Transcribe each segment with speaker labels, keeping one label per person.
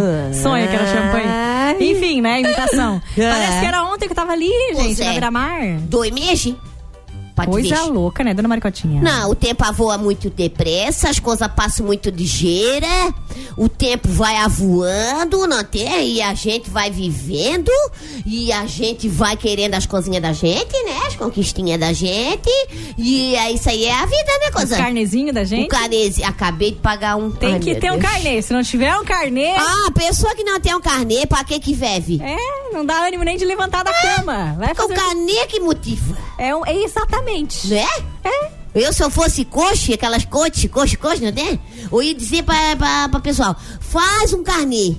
Speaker 1: Sonha que era champanha. Enfim, né? Imitação.
Speaker 2: É.
Speaker 1: Parece que era ontem que eu tava ali, gente,
Speaker 2: Pois é.
Speaker 1: na beira-mar.
Speaker 2: Dois meses. Pra tu ver.
Speaker 1: Coisa louca, né, dona Maricotinha?
Speaker 2: Não, o tempo voa muito depressa, as coisas passam muito ligeira, o tempo vai avoando, não tem? E a gente vai vivendo, e a gente vai querendo as coisinhas da gente, né? As conquistinhas da gente, e é isso aí é a vida, né,
Speaker 1: Os
Speaker 2: coisa?
Speaker 1: carnezinho da gente.
Speaker 2: O carnês, acabei de pagar um.
Speaker 1: Tem
Speaker 2: Ai,
Speaker 1: que
Speaker 2: meu
Speaker 1: ter um
Speaker 2: Deus.
Speaker 1: carnê. Se não tiver um carnê,
Speaker 2: Ah, pessoa que não tem um carnê, pra que que vive?
Speaker 1: é, não dá ânimo nem de levantar da cama. Vai
Speaker 2: o
Speaker 1: fazer... um
Speaker 2: carnê que motiva,
Speaker 1: É, um- é exatamente.
Speaker 2: né?
Speaker 1: É.
Speaker 2: Eu, se eu fosse coxa, aquelas coxas, coxa, coxa, não tem? Eu ia dizer pra, pra, pra pessoal, faz um carnê.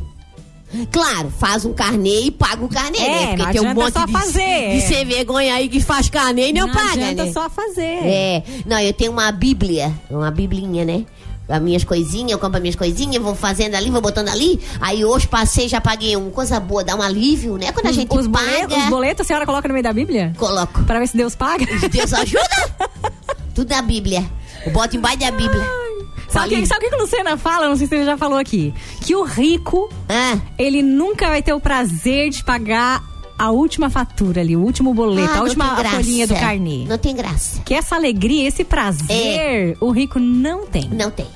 Speaker 2: Claro, faz um carnê e paga o carnê,
Speaker 1: É,
Speaker 2: né?
Speaker 1: não
Speaker 2: Porque tem um
Speaker 1: adianta
Speaker 2: monte
Speaker 1: só
Speaker 2: de,
Speaker 1: fazer.
Speaker 2: de sem vergonha aí que faz carnê e não,
Speaker 1: não
Speaker 2: paga,
Speaker 1: adianta
Speaker 2: né?
Speaker 1: só fazer.
Speaker 2: É, não, eu tenho uma bíblia, uma biblinha, né? As minhas coisinhas, eu compro as minhas coisinhas, vou fazendo ali, vou botando ali. Aí hoje passei, já paguei uma coisa boa, dá um alívio, né? Quando a
Speaker 1: Os-
Speaker 2: gente
Speaker 1: os, bole-
Speaker 2: paga,
Speaker 1: os boletos a senhora coloca no meio da Bíblia?
Speaker 2: coloco.
Speaker 1: Pra ver se Deus paga?
Speaker 2: Deus ajuda! Tudo da Bíblia. Eu boto embaixo da Bíblia.
Speaker 1: Sabe o que, sabe o que que a Luciana fala? Não sei se ele já falou aqui. Que o rico,
Speaker 2: Ah,
Speaker 1: ele nunca vai ter o prazer de pagar a última fatura ali, o último boleto,
Speaker 2: Ah,
Speaker 1: a
Speaker 2: não
Speaker 1: última
Speaker 2: tem graça.
Speaker 1: folhinha do carnê.
Speaker 2: Não tem graça.
Speaker 1: Que essa alegria, esse prazer, o rico não tem.
Speaker 2: Não tem.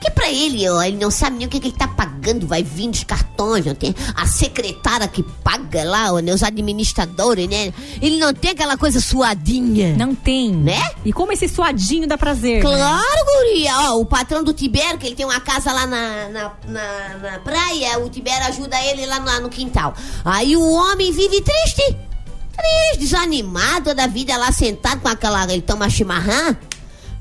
Speaker 2: Que pra ele, ó, ele não sabe nem o que, que ele tá pagando, vai vir dos cartões, não tem a secretária que paga lá, ó, né, os administradores, né? Ele não tem aquela coisa suadinha.
Speaker 1: Não tem.
Speaker 2: Né?
Speaker 1: E como esse suadinho dá prazer. né?
Speaker 2: Claro, guria. Ó, o patrão do Tibério, que ele tem uma casa lá na, na, na, na praia, o Tibério ajuda ele lá no, no quintal. Aí o homem vive triste. Triste, desanimado toda a vida lá sentado com aquela. Ele toma chimarrã.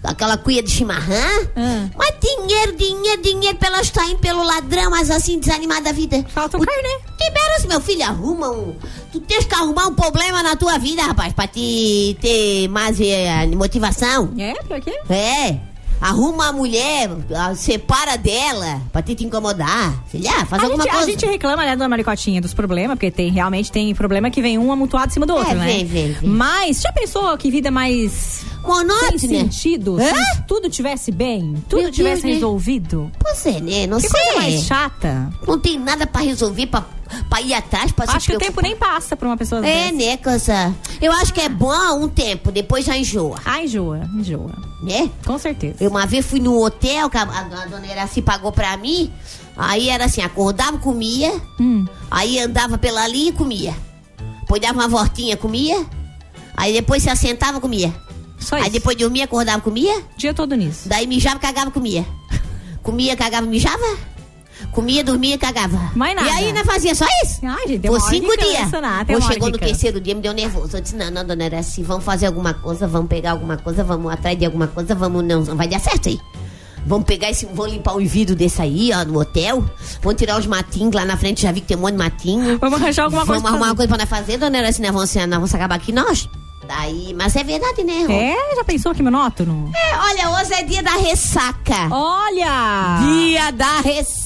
Speaker 2: com Aquela cuia de chimarrã.
Speaker 1: Ah.
Speaker 2: Mas dinheiro, dinheiro, dinheiro, pelas tá indo pelo ladrão, mas assim, desanimado da vida.
Speaker 1: Falta o carnê.
Speaker 2: Tibério, meu filho, arruma um. Tu tens que arrumar um problema na tua vida, rapaz, pra te ter mais eh, motivação.
Speaker 1: É, pior que é.
Speaker 2: É. Arruma a mulher, a- separa dela, pra te te incomodar. Sei lá, faz
Speaker 1: A
Speaker 2: É, alguma
Speaker 1: gente, a
Speaker 2: coisa.
Speaker 1: gente reclama, né, dona Maricotinha, dos problemas, porque tem, realmente tem problema que vem um amontoado em cima do outro, né?
Speaker 2: É, vem, vem, vem.
Speaker 1: Mas já pensou que vida mais sem
Speaker 2: Monótona.
Speaker 1: sentido? Se tudo tivesse bem, tudo
Speaker 2: Meu Deus,
Speaker 1: tivesse
Speaker 2: né?
Speaker 1: resolvido.
Speaker 2: Pois é, né? Não
Speaker 1: Que coisa mais
Speaker 2: sei.
Speaker 1: chata.
Speaker 2: Não tem nada pra resolver, pra, pra ir atrás, pra se
Speaker 1: Acho que o tempo
Speaker 2: preocupar.
Speaker 1: nem passa pra uma pessoa
Speaker 2: É,
Speaker 1: dessa.
Speaker 2: né, coisa? Eu acho que é bom um tempo, depois já enjoa,
Speaker 1: Ai, Ah, enjoa, enjoa.
Speaker 2: né?
Speaker 1: Com certeza.
Speaker 2: Eu uma vez fui num hotel que a, a a dona Iraci pagou pra mim. Aí era assim, acordava, comia. Aí andava pela linha e comia. Depois dava uma voltinha, comia. Aí depois se assentava, comia.
Speaker 1: Só isso.
Speaker 2: Aí depois dormia, acordava, comia.
Speaker 1: O dia todo nisso.
Speaker 2: Daí mijava, cagava, comia. Comia, cagava, mijava. Comia, dormia, cagava.
Speaker 1: Mais nada.
Speaker 2: E aí ainda fazia só isso?
Speaker 1: Ai, gente, tem
Speaker 2: Por
Speaker 1: uma hora
Speaker 2: cinco
Speaker 1: que
Speaker 2: dias.
Speaker 1: cansa, né? Tem
Speaker 2: Ou
Speaker 1: uma hora
Speaker 2: chegou
Speaker 1: que
Speaker 2: no
Speaker 1: cansa.
Speaker 2: terceiro dia, me deu nervoso. Eu disse, não, não, dona Iraci, vamos fazer alguma coisa, vamos pegar alguma coisa, vamos atrás de alguma coisa, vamos não, não vai dar certo aí. Vamos pegar esse, vamos limpar o vidro desse aí, ó, no hotel. Vamos tirar os matinhos lá na frente, já vi que tem um monte de matinho.
Speaker 1: Vamos arranjar alguma coisa.
Speaker 2: Vamos
Speaker 1: pra
Speaker 2: arrumar uma
Speaker 1: fazer.
Speaker 2: coisa pra nós fazer, dona Iraci, nós vamos, nós vamos acabar aqui nós. Daí, mas é verdade, né? Rô?
Speaker 1: É, já pensou que monótono?
Speaker 2: É, olha, hoje é dia da ressaca.
Speaker 1: Olha!
Speaker 2: Dia da ressaca.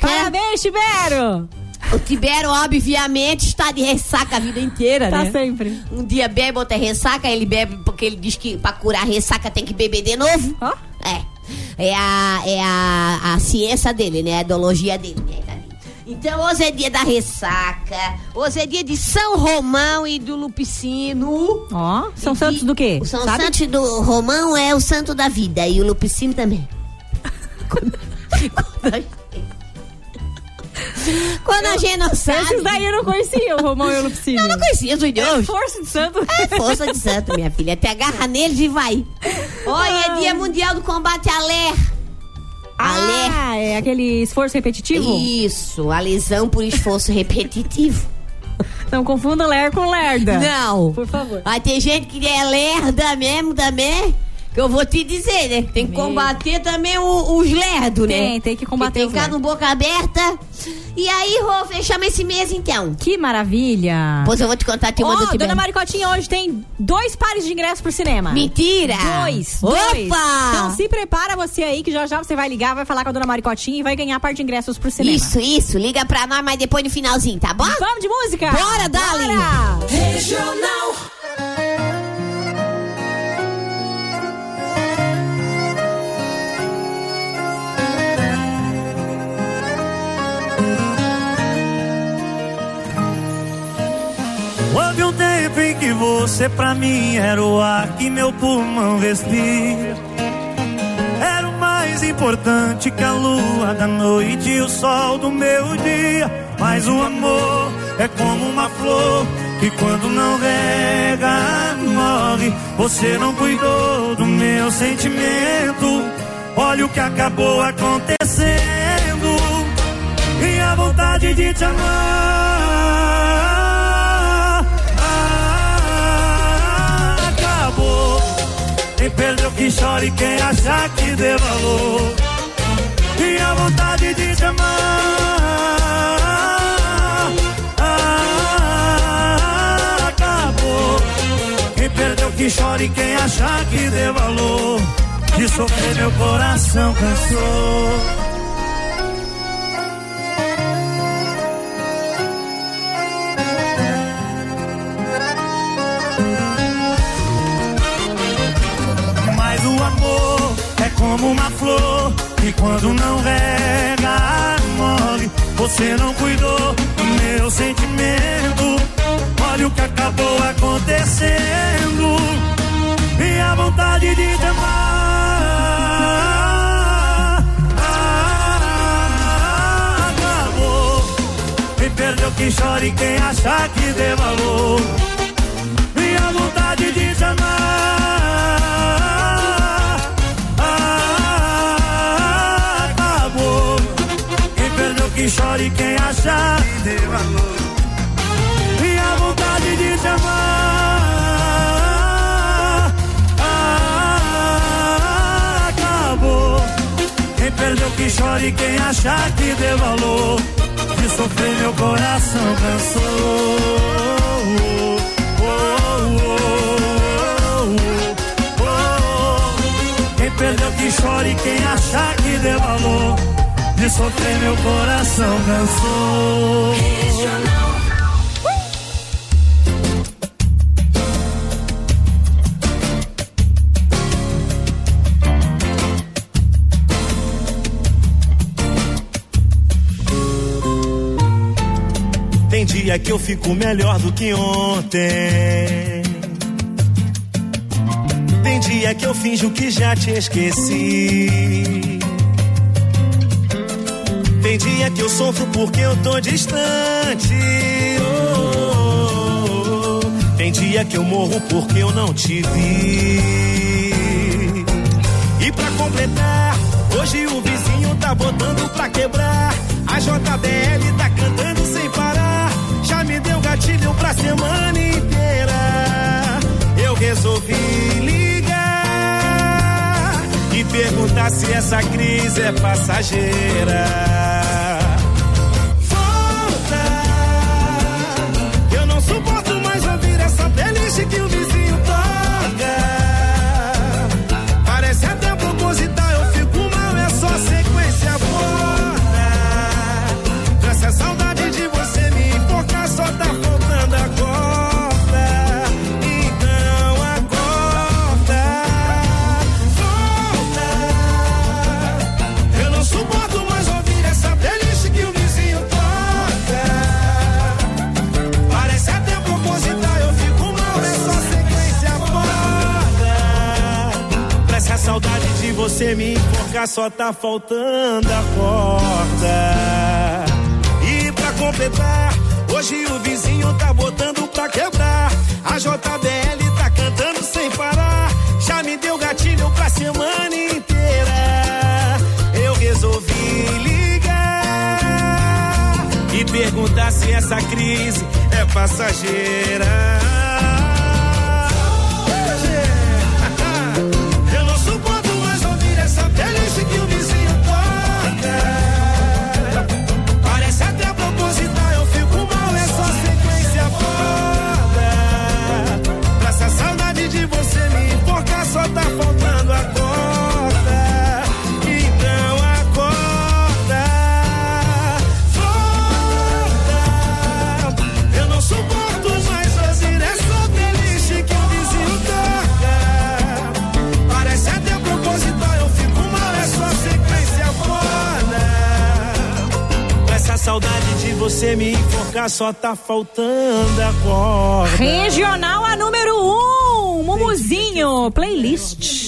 Speaker 1: Parabéns, Tibero!
Speaker 2: O Tibério, obviamente, está de ressaca a vida inteira,
Speaker 1: Tá
Speaker 2: né?
Speaker 1: sempre.
Speaker 2: Um dia bebe, outro é ressaca, ele bebe porque ele diz que pra curar a ressaca tem que beber de novo.
Speaker 1: Ó.
Speaker 2: É. É a, é a, a ciência dele, né? A ideologia dele, né? Tá ali. Então hoje é dia da ressaca, hoje é dia de São Romão e do Lupicino.
Speaker 1: Ó, São
Speaker 2: E-
Speaker 1: Santos do quê?
Speaker 2: O São
Speaker 1: Sabe?
Speaker 2: Santos do Romão é o santo da vida e o Lupicino também. Quando a gente- Quando a gente não
Speaker 1: Esses
Speaker 2: sabe...
Speaker 1: daí eu não conhecia, o Romão e o Lupicínio.
Speaker 2: Eu não conhecia os
Speaker 1: É
Speaker 2: idiotas.
Speaker 1: Força de santo.
Speaker 2: É força de santo, minha filha. Te agarra neles e vai. Olha, é dia mundial do combate à ler. À
Speaker 1: Ah, é aquele esforço
Speaker 2: ler.
Speaker 1: repetitivo?
Speaker 2: Isso, a lesão por esforço repetitivo.
Speaker 1: Não confunda ler com lerda.
Speaker 2: Não.
Speaker 1: Por favor.
Speaker 2: Mas tem gente que é lerda mesmo também. Que eu vou te dizer, né? Tem que
Speaker 1: Meu.
Speaker 2: combater também o- os lerdos, né?
Speaker 1: Tem, tem que combater
Speaker 2: Tem
Speaker 1: os
Speaker 2: que ficar
Speaker 1: lerdos.
Speaker 2: no boca aberta. E aí, Rô, fechamos esse mês então.
Speaker 1: Que maravilha.
Speaker 2: Pois eu vou te contar, tem uma
Speaker 1: Ó,
Speaker 2: do que
Speaker 1: Dona
Speaker 2: vem.
Speaker 1: Maricotinha hoje tem dois pares de ingressos pro cinema.
Speaker 2: Mentira!
Speaker 1: Dois,
Speaker 2: Opa!
Speaker 1: dois. Então se prepara você aí que já já você vai ligar, vai falar com a Dona Maricotinha e vai ganhar par de ingressos pro cinema.
Speaker 2: Isso, isso. Liga pra nós, mas depois no finalzinho, tá bom?
Speaker 1: Vamos de música?
Speaker 2: Bora, Dali!
Speaker 1: Bora!
Speaker 3: Regional.
Speaker 4: Houve um tempo em que você pra mim era o ar que meu pulmão respira. Era o mais importante que a lua da noite e o sol do meu dia. Mas o amor é como uma flor que quando não rega morre. Você não cuidou do meu sentimento. Olha o que acabou acontecendo e a vontade de te amar. Acabou. Tem perdeu que chore quem achar que dê valor. E a vontade de te amar. Acabou. Quem perdeu que chore quem achar que dê valor. De sofrer meu coração cansou. Mas o amor é como uma flor que quando não rega morre. Você não cuidou do meu sentimento. Olha o que acabou acontecendo. E a vontade de te amar. Acabou. Quem perdeu que chore, quem achar que dê valor. E a vontade de te amar. Ah, Acabou. Quem perdeu que chore, quem achar que dê valor. E a vontade de te amar. Ah, Acabou. Quem perdeu que chore, quem achar que dê valor. De sofrer meu coração cansou. Quem perdeu que chore, quem achar que dê valor. De sofrer meu coração cansou. Tem dia que eu fico melhor do que ontem. Tem dia que eu finjo que já te esqueci. Tem dia que eu sofro porque eu tô distante. Oh, oh, oh. Tem dia que eu morro porque eu não te vi. E pra completar, hoje o vizinho tá botando pra quebrar. A JBL tá cantando sem parar. Já me deu gatilho pra semana inteira. Eu resolvi ligar e perguntar se essa crise é passageira. Volta, eu não suporto mais ouvir essa playlist que o vizinho toca. Parece até proposital, eu fico mal, é só sequência boa. Com essa saudade de você me enforcar, só tá faltando a corda. Então acorda, volta. Eu não suporto mais ouvir essa playlist que o vizinho toca. Parece até proposital, eu fico mal, é só sequência moda. Pra essa saudade de você me enforcar, só tá faltando a corda. E pra completar, hoje o vizinho tá botando pra quebrar. A JBL tá cantando sem parar. Já me deu gatilho pra semana inteira. Eu resolvi ligar e perguntar se essa crise é passageira. Eu não suporto mais ouvir essa playlist que o vizinho toca. Parece até proposital, eu fico mal, é só sequência foda. Pra essa saudade de você me enforcar, só tá faltando a corda. Então acorda, volta. Eu não suporto mais ouvir essa playlist que o vizinho toca. Parece até proposital, eu fico mal, é só sequência foda. Com essa saudade de você me enforcar, só tá faltando a corda.
Speaker 1: Regional a número 1, um, Mumuzinho, playlist.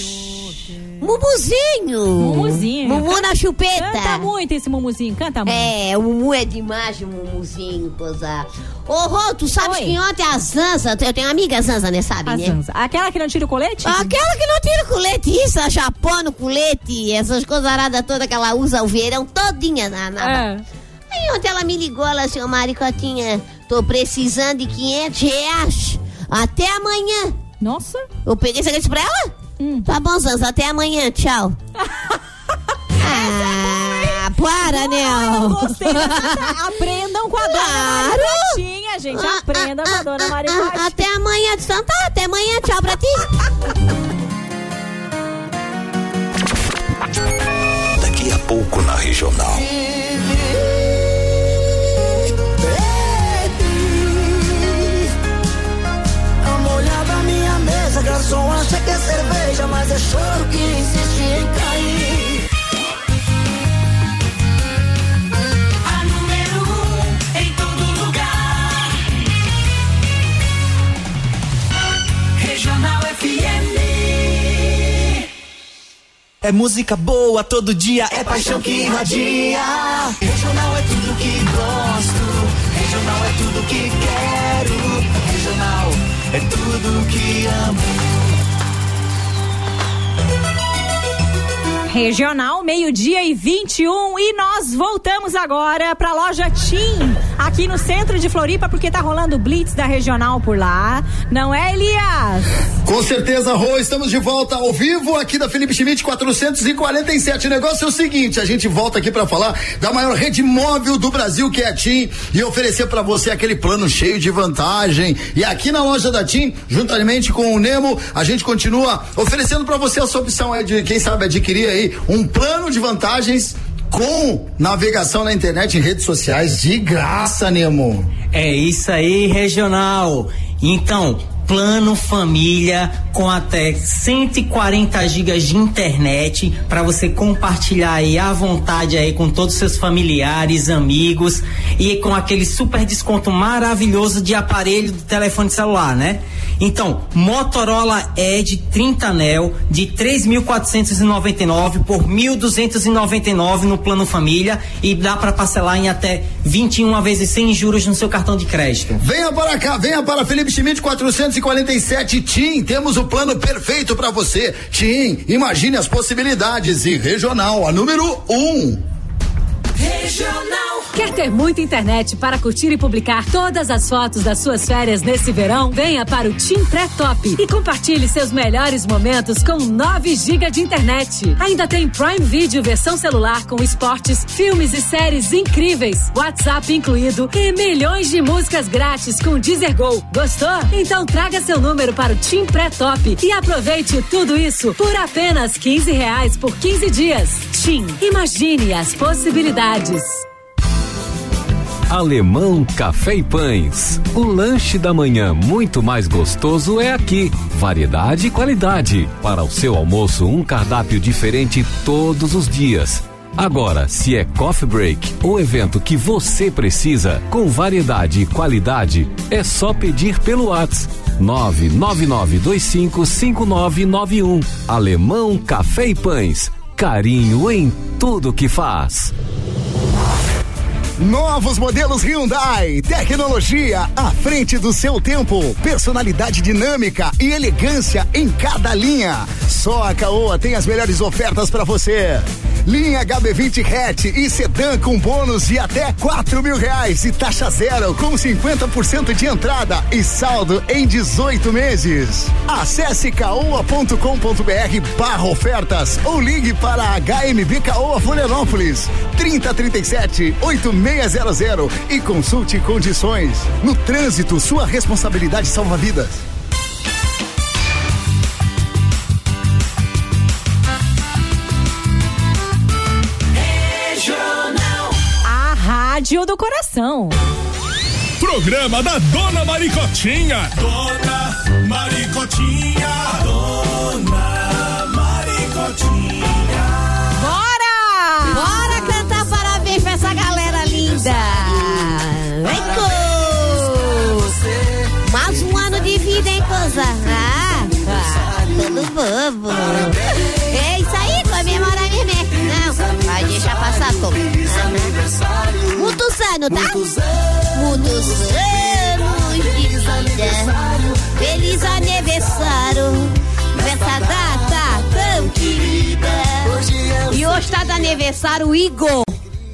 Speaker 2: Mumuzinho.
Speaker 1: É. Mumuzinho.
Speaker 2: Mumu na chupeta.
Speaker 1: Canta muito esse Mumuzinho, canta muito.
Speaker 2: É, o Mumu é demais, o Mumuzinho, coisa. Ô, Rô, tu sabes
Speaker 1: Oi.
Speaker 2: que ontem a Zanza, eu tenho uma amiga Zanza, né, sabe,
Speaker 1: A
Speaker 2: né?
Speaker 1: Zanza. Aquela que não tira o colete?
Speaker 2: Aquela que não tira o colete, isso, a chapó no colete, essas coisaradas todas que ela usa o verão todinha na, na
Speaker 1: É.
Speaker 2: Aí ontem ela me ligou, ela assim, ô Maricotinha, tô precisando de 500 reais. Até amanhã.
Speaker 1: Nossa.
Speaker 2: Eu peguei esse pra ela? Tá bom, Zanza, até amanhã, tchau.
Speaker 1: é
Speaker 2: ah, para, Nel.
Speaker 1: Gostei. dessa- Aprendam com a dona
Speaker 2: Claro.
Speaker 1: Maricotinha, gente. Aprendam com a dona
Speaker 2: Ah,
Speaker 1: Maricotinha.
Speaker 2: Até amanhã, então tá, até amanhã, tchau pra ti.
Speaker 5: Daqui a pouco na regional.
Speaker 3: A molhada minha mesa, garçom acha que é cerveja, mas é choro que insiste em cair. A número um FM.
Speaker 6: É música boa todo dia, é paixão que irradia.
Speaker 3: Regional é tudo que gosto. Regional é tudo que quero. Regional é tudo que amo.
Speaker 1: Regional, meio-dia e 21. E nós voltamos agora para a loja Tim, aqui no centro de Floripa, porque tá rolando o Blitz da Regional por lá. Não é, Elias?
Speaker 7: Com certeza, Rô, estamos de volta ao vivo aqui da Felipe Schmidt 447. O negócio é o seguinte, a gente volta aqui para falar da maior rede móvel do Brasil, que é a TIM, e oferecer para você aquele plano cheio de vantagem. E aqui na loja da TIM, juntamente com o Nemo, a gente continua oferecendo para você essa opção aí de, quem sabe, adquirir aí um plano de vantagens com navegação na internet e redes sociais de graça, Nemo.
Speaker 8: É isso aí, regional. Então, plano família com até 140 gigas de internet para você compartilhar aí à vontade aí com todos os seus familiares, amigos e com aquele super desconto maravilhoso de aparelho do telefone celular, né? Então, Motorola Edge 30 anel de 3.499 por 1.299 no plano família e dá para parcelar em até 21 vezes sem juros no seu cartão de crédito.
Speaker 7: Venha para cá, venha para Felipe Schmidt 447 TIM. Temos o plano perfeito para você. TIM, imagine as possibilidades e regional, a número 1. Um.
Speaker 9: Regional. Quer ter muita internet para curtir e publicar todas as fotos das suas férias nesse verão? Venha para o Tim Pré-Top e compartilhe seus melhores momentos com 9 GB de internet. Ainda tem Prime Video versão celular com esportes, filmes e séries incríveis, WhatsApp incluído e milhões de músicas grátis com Deezer Go. Gostou? Então traga seu número para o Tim Pré-Top e aproveite tudo isso por apenas 15 reais por 15 dias. Tim, imagine as possibilidades.
Speaker 10: Alemão Café e Pães. O lanche da manhã muito mais gostoso é aqui. Variedade e qualidade. Para o seu almoço, um cardápio diferente todos os dias. Agora, se é Coffee Break, o evento que você precisa, com variedade e qualidade, é só pedir pelo WhatsApp 999255991. Alemão Café e Pães. Carinho em tudo que faz.
Speaker 11: Novos modelos Hyundai, tecnologia à frente do seu tempo, personalidade dinâmica e elegância em cada linha. Só a Caoa tem as melhores ofertas para você. Linha HB20 hatch e sedã com bônus de até quatro mil reais e taxa zero com 50% de entrada e saldo em 18 meses. Acesse caoa.com.br barra ofertas ou ligue para HMB Caoa Florianópolis 3037 8600 600 e consulte condições. No trânsito, sua responsabilidade salva vidas.
Speaker 3: Regional.
Speaker 1: A Rádio do Coração.
Speaker 12: Programa da Dona Maricotinha. Dona Maricotinha. Dona Maricotinha.
Speaker 1: Bora!
Speaker 2: Bora cantar parabéns pra essa galera linda! Vem, Cus! Mais um ano de vida, hein, Cusa? Ah, ah, tudo bobo! É isso aí, comemorar neném! Não, vai deixar passar todo. Aham. Muitos anos, tá? Muitos anos de vida! Feliz aniversário! Essa data tão querida! E hoje tá de aniversário o Igor.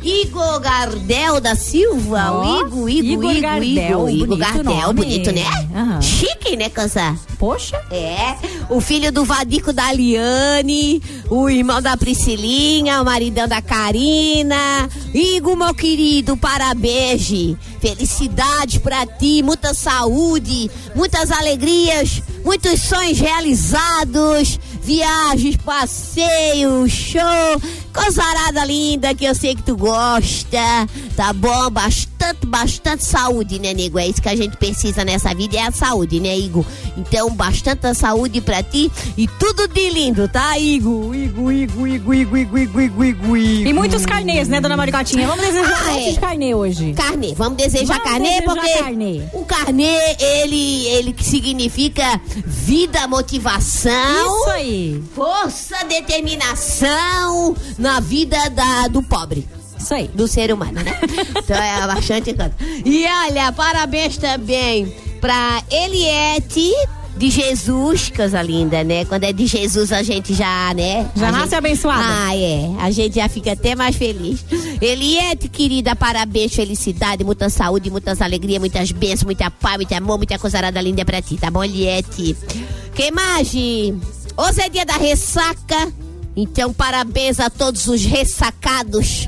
Speaker 2: Igor Gardel da Silva.
Speaker 1: Ó,
Speaker 2: o Igor, Igor,
Speaker 1: Igor
Speaker 2: Igor,
Speaker 1: Gardel,
Speaker 2: Igor, Igor
Speaker 1: bonito
Speaker 2: Gardel.
Speaker 1: nome.
Speaker 2: Bonito, né?
Speaker 1: Aham.
Speaker 2: Chique, né, Cansa?
Speaker 1: Poxa.
Speaker 2: É. O filho do Vadico da Liane, o irmão da Priscilinha, o maridão da Karina. Igor, meu querido, parabéns. Felicidade pra ti, muita saúde, muitas alegrias, muitos sonhos realizados, viagens, passeios, show, cosarada linda que eu sei que tu gosta, tá bom? Bastante bastante, bastante saúde, né, nego? É isso que a gente precisa nessa vida, é a saúde, né, Igor? Então, bastante saúde pra ti e tudo de lindo, tá, Igor? Igor, Igor, Igor, Igor, Igor, Igor, Igor, Igor. Ah, é.
Speaker 1: E muitos carnês, né, dona Maricotinha? Vamos desejar um monte de carnê hoje.
Speaker 2: Carnê, vamos desejar
Speaker 1: Vamos
Speaker 2: carnê,
Speaker 1: desejar
Speaker 2: porque
Speaker 1: carnê.
Speaker 2: o carnê, ele, ele que significa vida, motivação.
Speaker 1: Isso aí.
Speaker 2: Força, determinação na vida da, do pobre.
Speaker 1: Isso aí.
Speaker 2: Do ser humano, né? então é bastante encanto. E olha, parabéns também pra Eliette de Jesus, coisa linda, né? Quando é de Jesus a gente já, né?
Speaker 1: Já
Speaker 2: A
Speaker 1: nasce
Speaker 2: gente-
Speaker 1: abençoada.
Speaker 2: Ah, é. A gente já fica até mais feliz. Eliette, querida, parabéns, felicidade, muita saúde, muitas alegrias, muitas bênçãos, muita paz, muito amor, muita coisarada linda pra ti, tá bom, Eliette? Que mais? Gi? Hoje é dia da ressaca, então parabéns a todos os ressacados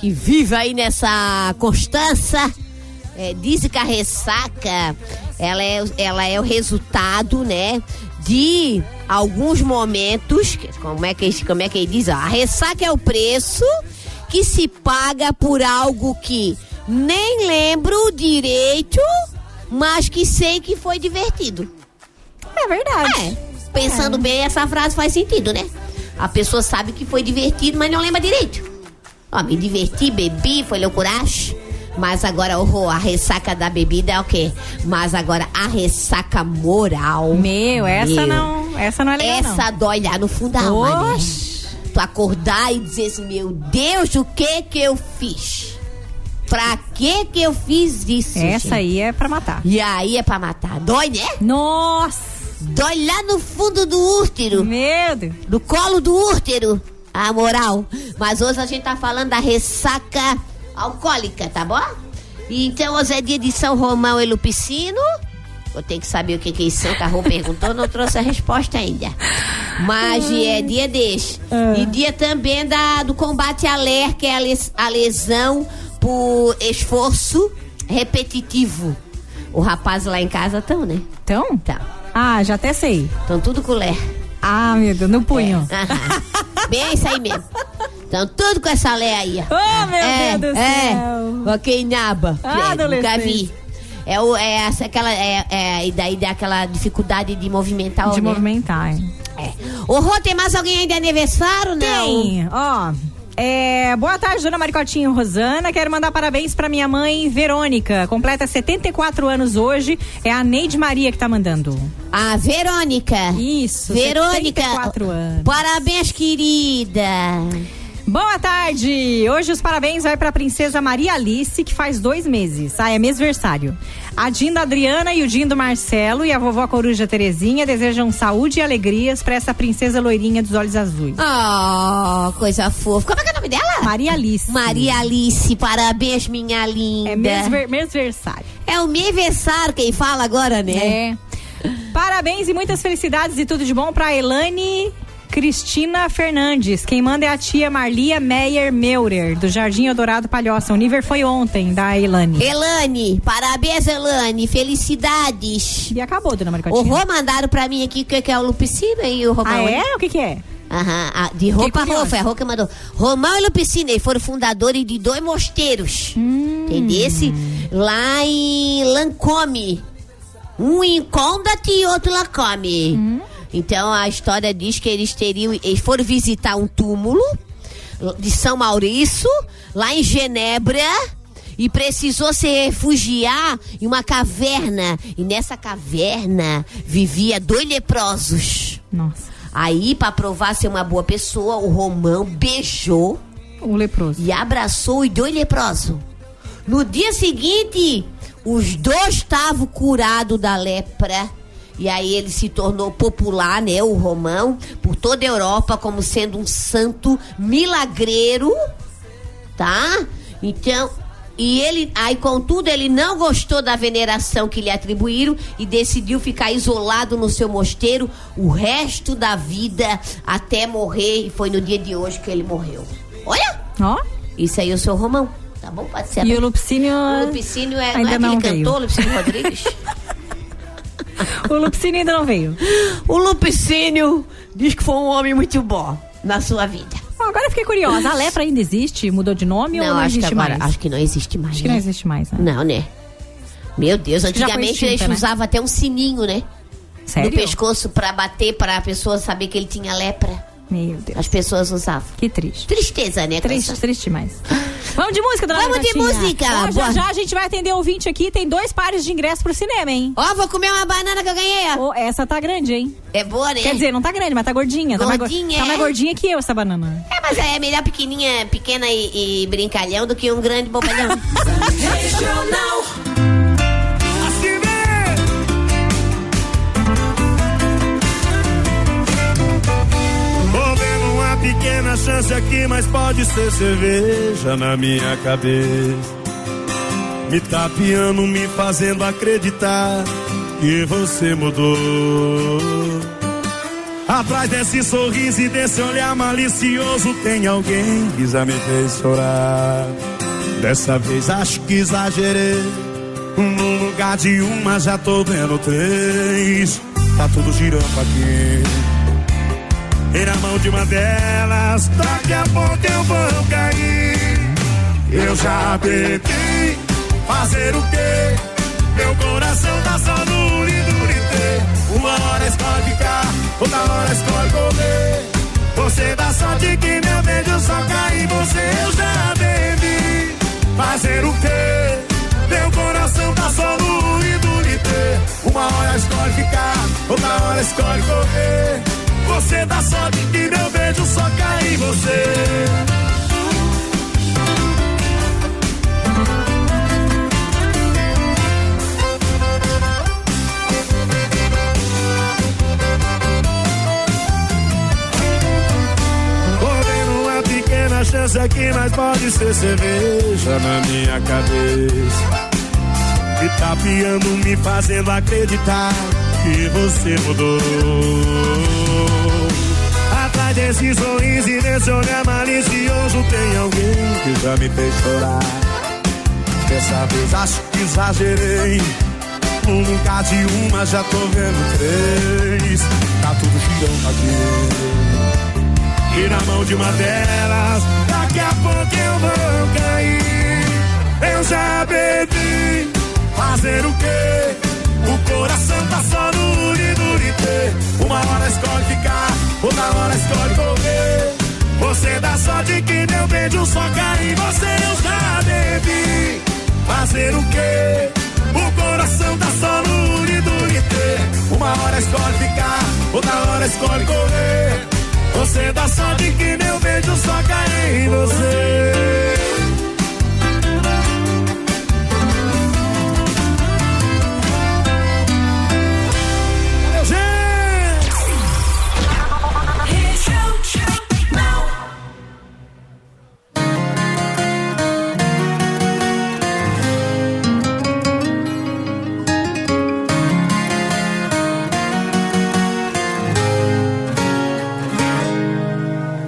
Speaker 2: que vivem aí nessa constância. É, dizem que a ressaca ela é, ela é o resultado, né? De alguns momentos. que- Como é que, como é que ele diz? Ó, a ressaca é o preço que se paga por algo que nem lembro direito, mas que sei que foi divertido.
Speaker 1: É verdade. É.
Speaker 2: pensando bem, essa frase faz sentido, né? A pessoa sabe que foi divertido, mas não lembra direito. Ó, me diverti, bebi, foi loucuragem. Mas agora, oh, a ressaca da bebida é o quê? Mas agora, a ressaca moral.
Speaker 1: Meu, essa não- essa não é legal, não.
Speaker 2: Essa dói lá no fundo da alma, né?
Speaker 1: Oxe.
Speaker 2: Tu acordar e dizer assim, meu Deus, o que que eu fiz? Pra que que eu fiz isso,
Speaker 1: Essa
Speaker 2: gente?
Speaker 1: aí é pra matar.
Speaker 2: E aí é pra matar. Dói, né?
Speaker 1: Nossa!
Speaker 2: Dói lá no fundo do útero.
Speaker 1: Meu Deus.
Speaker 2: No colo do útero. A moral. Mas hoje a gente tá falando da ressaca alcoólica, tá bom? E Então hoje é dia de São Romão e Lupicino. Eu tenho que saber o que que é isso. Santa Rô perguntou, não trouxe a resposta ainda. Mas é dia deste.
Speaker 1: Ah.
Speaker 2: E dia também da, do combate à LER, que é a les- a lesão por esforço repetitivo. O rapaz lá em casa estão, né?
Speaker 1: Então?
Speaker 2: Tá.
Speaker 1: Ah, já até sei.
Speaker 2: Estão tudo com ler.
Speaker 1: Ah, meu Deus, no punho.
Speaker 2: Aham. Bem, é isso aí mesmo. Então, tudo com essa lé aí, ó.
Speaker 1: Oh, meu
Speaker 2: é,
Speaker 1: Deus do céu.
Speaker 2: É, ok, naba.
Speaker 1: Ah,
Speaker 2: Credo, nunca
Speaker 1: adolescente.
Speaker 2: vi. É, o, é essa, aquela, é, é, e daí dá aquela dificuldade de movimentar
Speaker 1: De
Speaker 2: o né?
Speaker 1: movimentar, é. hein?
Speaker 2: Ô, Rô, tem mais alguém aí de aniversário, não?
Speaker 1: Tem, ó. é, boa tarde, dona Maricotinho Rosana. Quero mandar parabéns pra minha mãe, Verônica. Completa 74 anos hoje. É a Neide Maria que tá mandando.
Speaker 2: A Verônica.
Speaker 1: Isso,
Speaker 2: Verônica.
Speaker 1: 74 anos.
Speaker 2: Parabéns, querida.
Speaker 1: Boa tarde! Hoje os parabéns vai pra princesa Maria Alice, que faz dois meses. Ah, é mêsversário. A Dinda Adriana e o Dindo Marcelo e a vovó Coruja Terezinha desejam saúde e alegrias pra essa princesa loirinha dos olhos azuis.
Speaker 2: Oh, coisa fofa. Como é que é o nome dela?
Speaker 1: Maria Alice.
Speaker 2: Maria Alice, parabéns, minha linda.
Speaker 1: É mêsver- mêsversário.
Speaker 2: É o meu aniversário quem fala agora, né?
Speaker 1: É. Parabéns e muitas felicidades e tudo de bom pra Elane Cristina Fernandes. Quem manda é a tia Marlia Meyer Meurer, do Jardim Eldorado Palhoça. O nível foi ontem, da Elane.
Speaker 2: Elane, parabéns, Elane. Felicidades.
Speaker 1: E acabou, dona
Speaker 2: O
Speaker 1: Maricotinha.
Speaker 2: Rô mandaram pra mim aqui o que que é o Lupicina e o Romão.
Speaker 1: Ah, é? O que que é?
Speaker 2: Aham, ah, de roupa
Speaker 1: curiosa.
Speaker 2: Rô, foi a Rô que mandou. Romão e Lupicina, eles foram fundadores de dois mosteiros.
Speaker 1: Hum.
Speaker 2: Entendesse? Lá em Lancôme. Um em Condat e outro em Lancôme. Então a história diz que eles teriam. Eles foram visitar um túmulo de São Maurício, lá em Genebra. E precisou se refugiar em uma caverna. E nessa caverna vivia dois leprosos.
Speaker 1: Nossa.
Speaker 2: Aí, pra provar ser uma boa pessoa, o Romão beijou
Speaker 1: O leproso.
Speaker 2: e abraçou os dois leprosos. No dia seguinte, os dois estavam curados da lepra. E aí ele se tornou popular, né, o Romão, por toda a Europa como sendo um santo milagreiro, tá? Então, e ele, aí contudo, ele não gostou da veneração que lhe atribuíram e decidiu ficar isolado no seu mosteiro o resto da vida até morrer, e foi no dia de hoje que ele morreu. Olha!
Speaker 1: Ó.
Speaker 2: Isso aí é o seu Romão. Tá bom? Pode ser.
Speaker 1: E o Lupicínio.
Speaker 2: O Lupicínio é,
Speaker 1: ainda
Speaker 2: não é
Speaker 1: não
Speaker 2: aquele
Speaker 1: veio.
Speaker 2: cantor, Lupicínio Rodrigues?
Speaker 1: O Lupicínio ainda não veio.
Speaker 2: o Lupicínio diz que foi um homem muito bom na sua vida.
Speaker 1: Ó, Agora eu fiquei curiosa. A lepra ainda existe? Mudou de nome ou não
Speaker 2: acho
Speaker 1: existe
Speaker 2: que agora,
Speaker 1: mais?
Speaker 2: Acho que não existe mais.
Speaker 1: Acho que não existe mais, né?
Speaker 2: Não, né? Meu Deus,
Speaker 1: Acho que já foi
Speaker 2: antigamente
Speaker 1: extinta,
Speaker 2: eles
Speaker 1: né?
Speaker 2: usavam até um sininho, né?
Speaker 1: Sério?
Speaker 2: No pescoço pra bater pra pessoa saber que ele tinha lepra.
Speaker 1: Meu Deus.
Speaker 2: As pessoas usavam.
Speaker 1: Que triste.
Speaker 2: Tristeza, né?
Speaker 1: Triste, triste demais. Vamos de música, dona
Speaker 2: Vamos de
Speaker 1: Renatinha?
Speaker 2: música.
Speaker 1: Ó, já,
Speaker 2: Boa.
Speaker 1: já a gente vai atender o ouvinte aqui. Tem dois pares de ingresso pro cinema, hein?
Speaker 2: Ó, vou comer uma banana que eu ganhei.
Speaker 1: essa tá grande, hein?
Speaker 2: É boa, né?
Speaker 1: Quer dizer, não tá grande, mas tá gordinha. Tá mais go-
Speaker 2: Gordinha,
Speaker 1: tá mais
Speaker 2: é?
Speaker 1: gordinha que eu, essa banana.
Speaker 2: É, mas é melhor pequenininha, pequena e, e brincalhão do que um grande bobalhão.
Speaker 13: Regional. Assim mesmo.
Speaker 14: Houve uma pequena chance aqui, mas pode ser cerveja na minha cabeça. Me tapeando, me fazendo acreditar que você mudou. Atrás desse sorriso e desse olhar malicioso tem alguém que já me fez chorar. Dessa vez acho que exagerei. No lugar de uma já tô vendo três. Tá tudo girando aqui. E na mão de uma delas, daqui a pouco eu vou cair. Eu já tentei fazer o quê? Meu coração tá só no lidurité. Uma hora escolhe ficar, outra hora escolhe correr. Você dá sorte que meu beijo só cai em você. Eu já bebi. Fazer o quê? Meu coração tá só no lidurité. Uma hora escolhe ficar, outra hora escolhe correr. Você dá sorte que meu beijo só cai em você. Correndo uma pequena chance aqui, mas pode ser cerveja na minha cabeça. Me tapeando, me fazendo acreditar que você mudou. Atrás desse sorriso e desse olhar é malicioso tem alguém que já me fez chorar. Dessa vez acho que exagerei. Um lugar de uma já tô vendo três. Tá tudo girando aqui e na mão de uma delas. Daqui a pouco eu vou cair. Eu já bebi. Fazer o quê? O coração tá só no uridurité. Uma hora escolhe ficar, outra hora escolhe correr. Você dá sorte que meu beijo só cai em você. Eu já bebi. Fazer o quê? O coração tá só no uridurité. Uma hora escolhe ficar, outra hora escolhe correr. Você dá sorte que meu beijo só cai em você.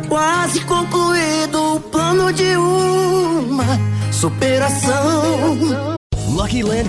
Speaker 15: Quase concluído o plano de uma superação.
Speaker 16: Lucky Land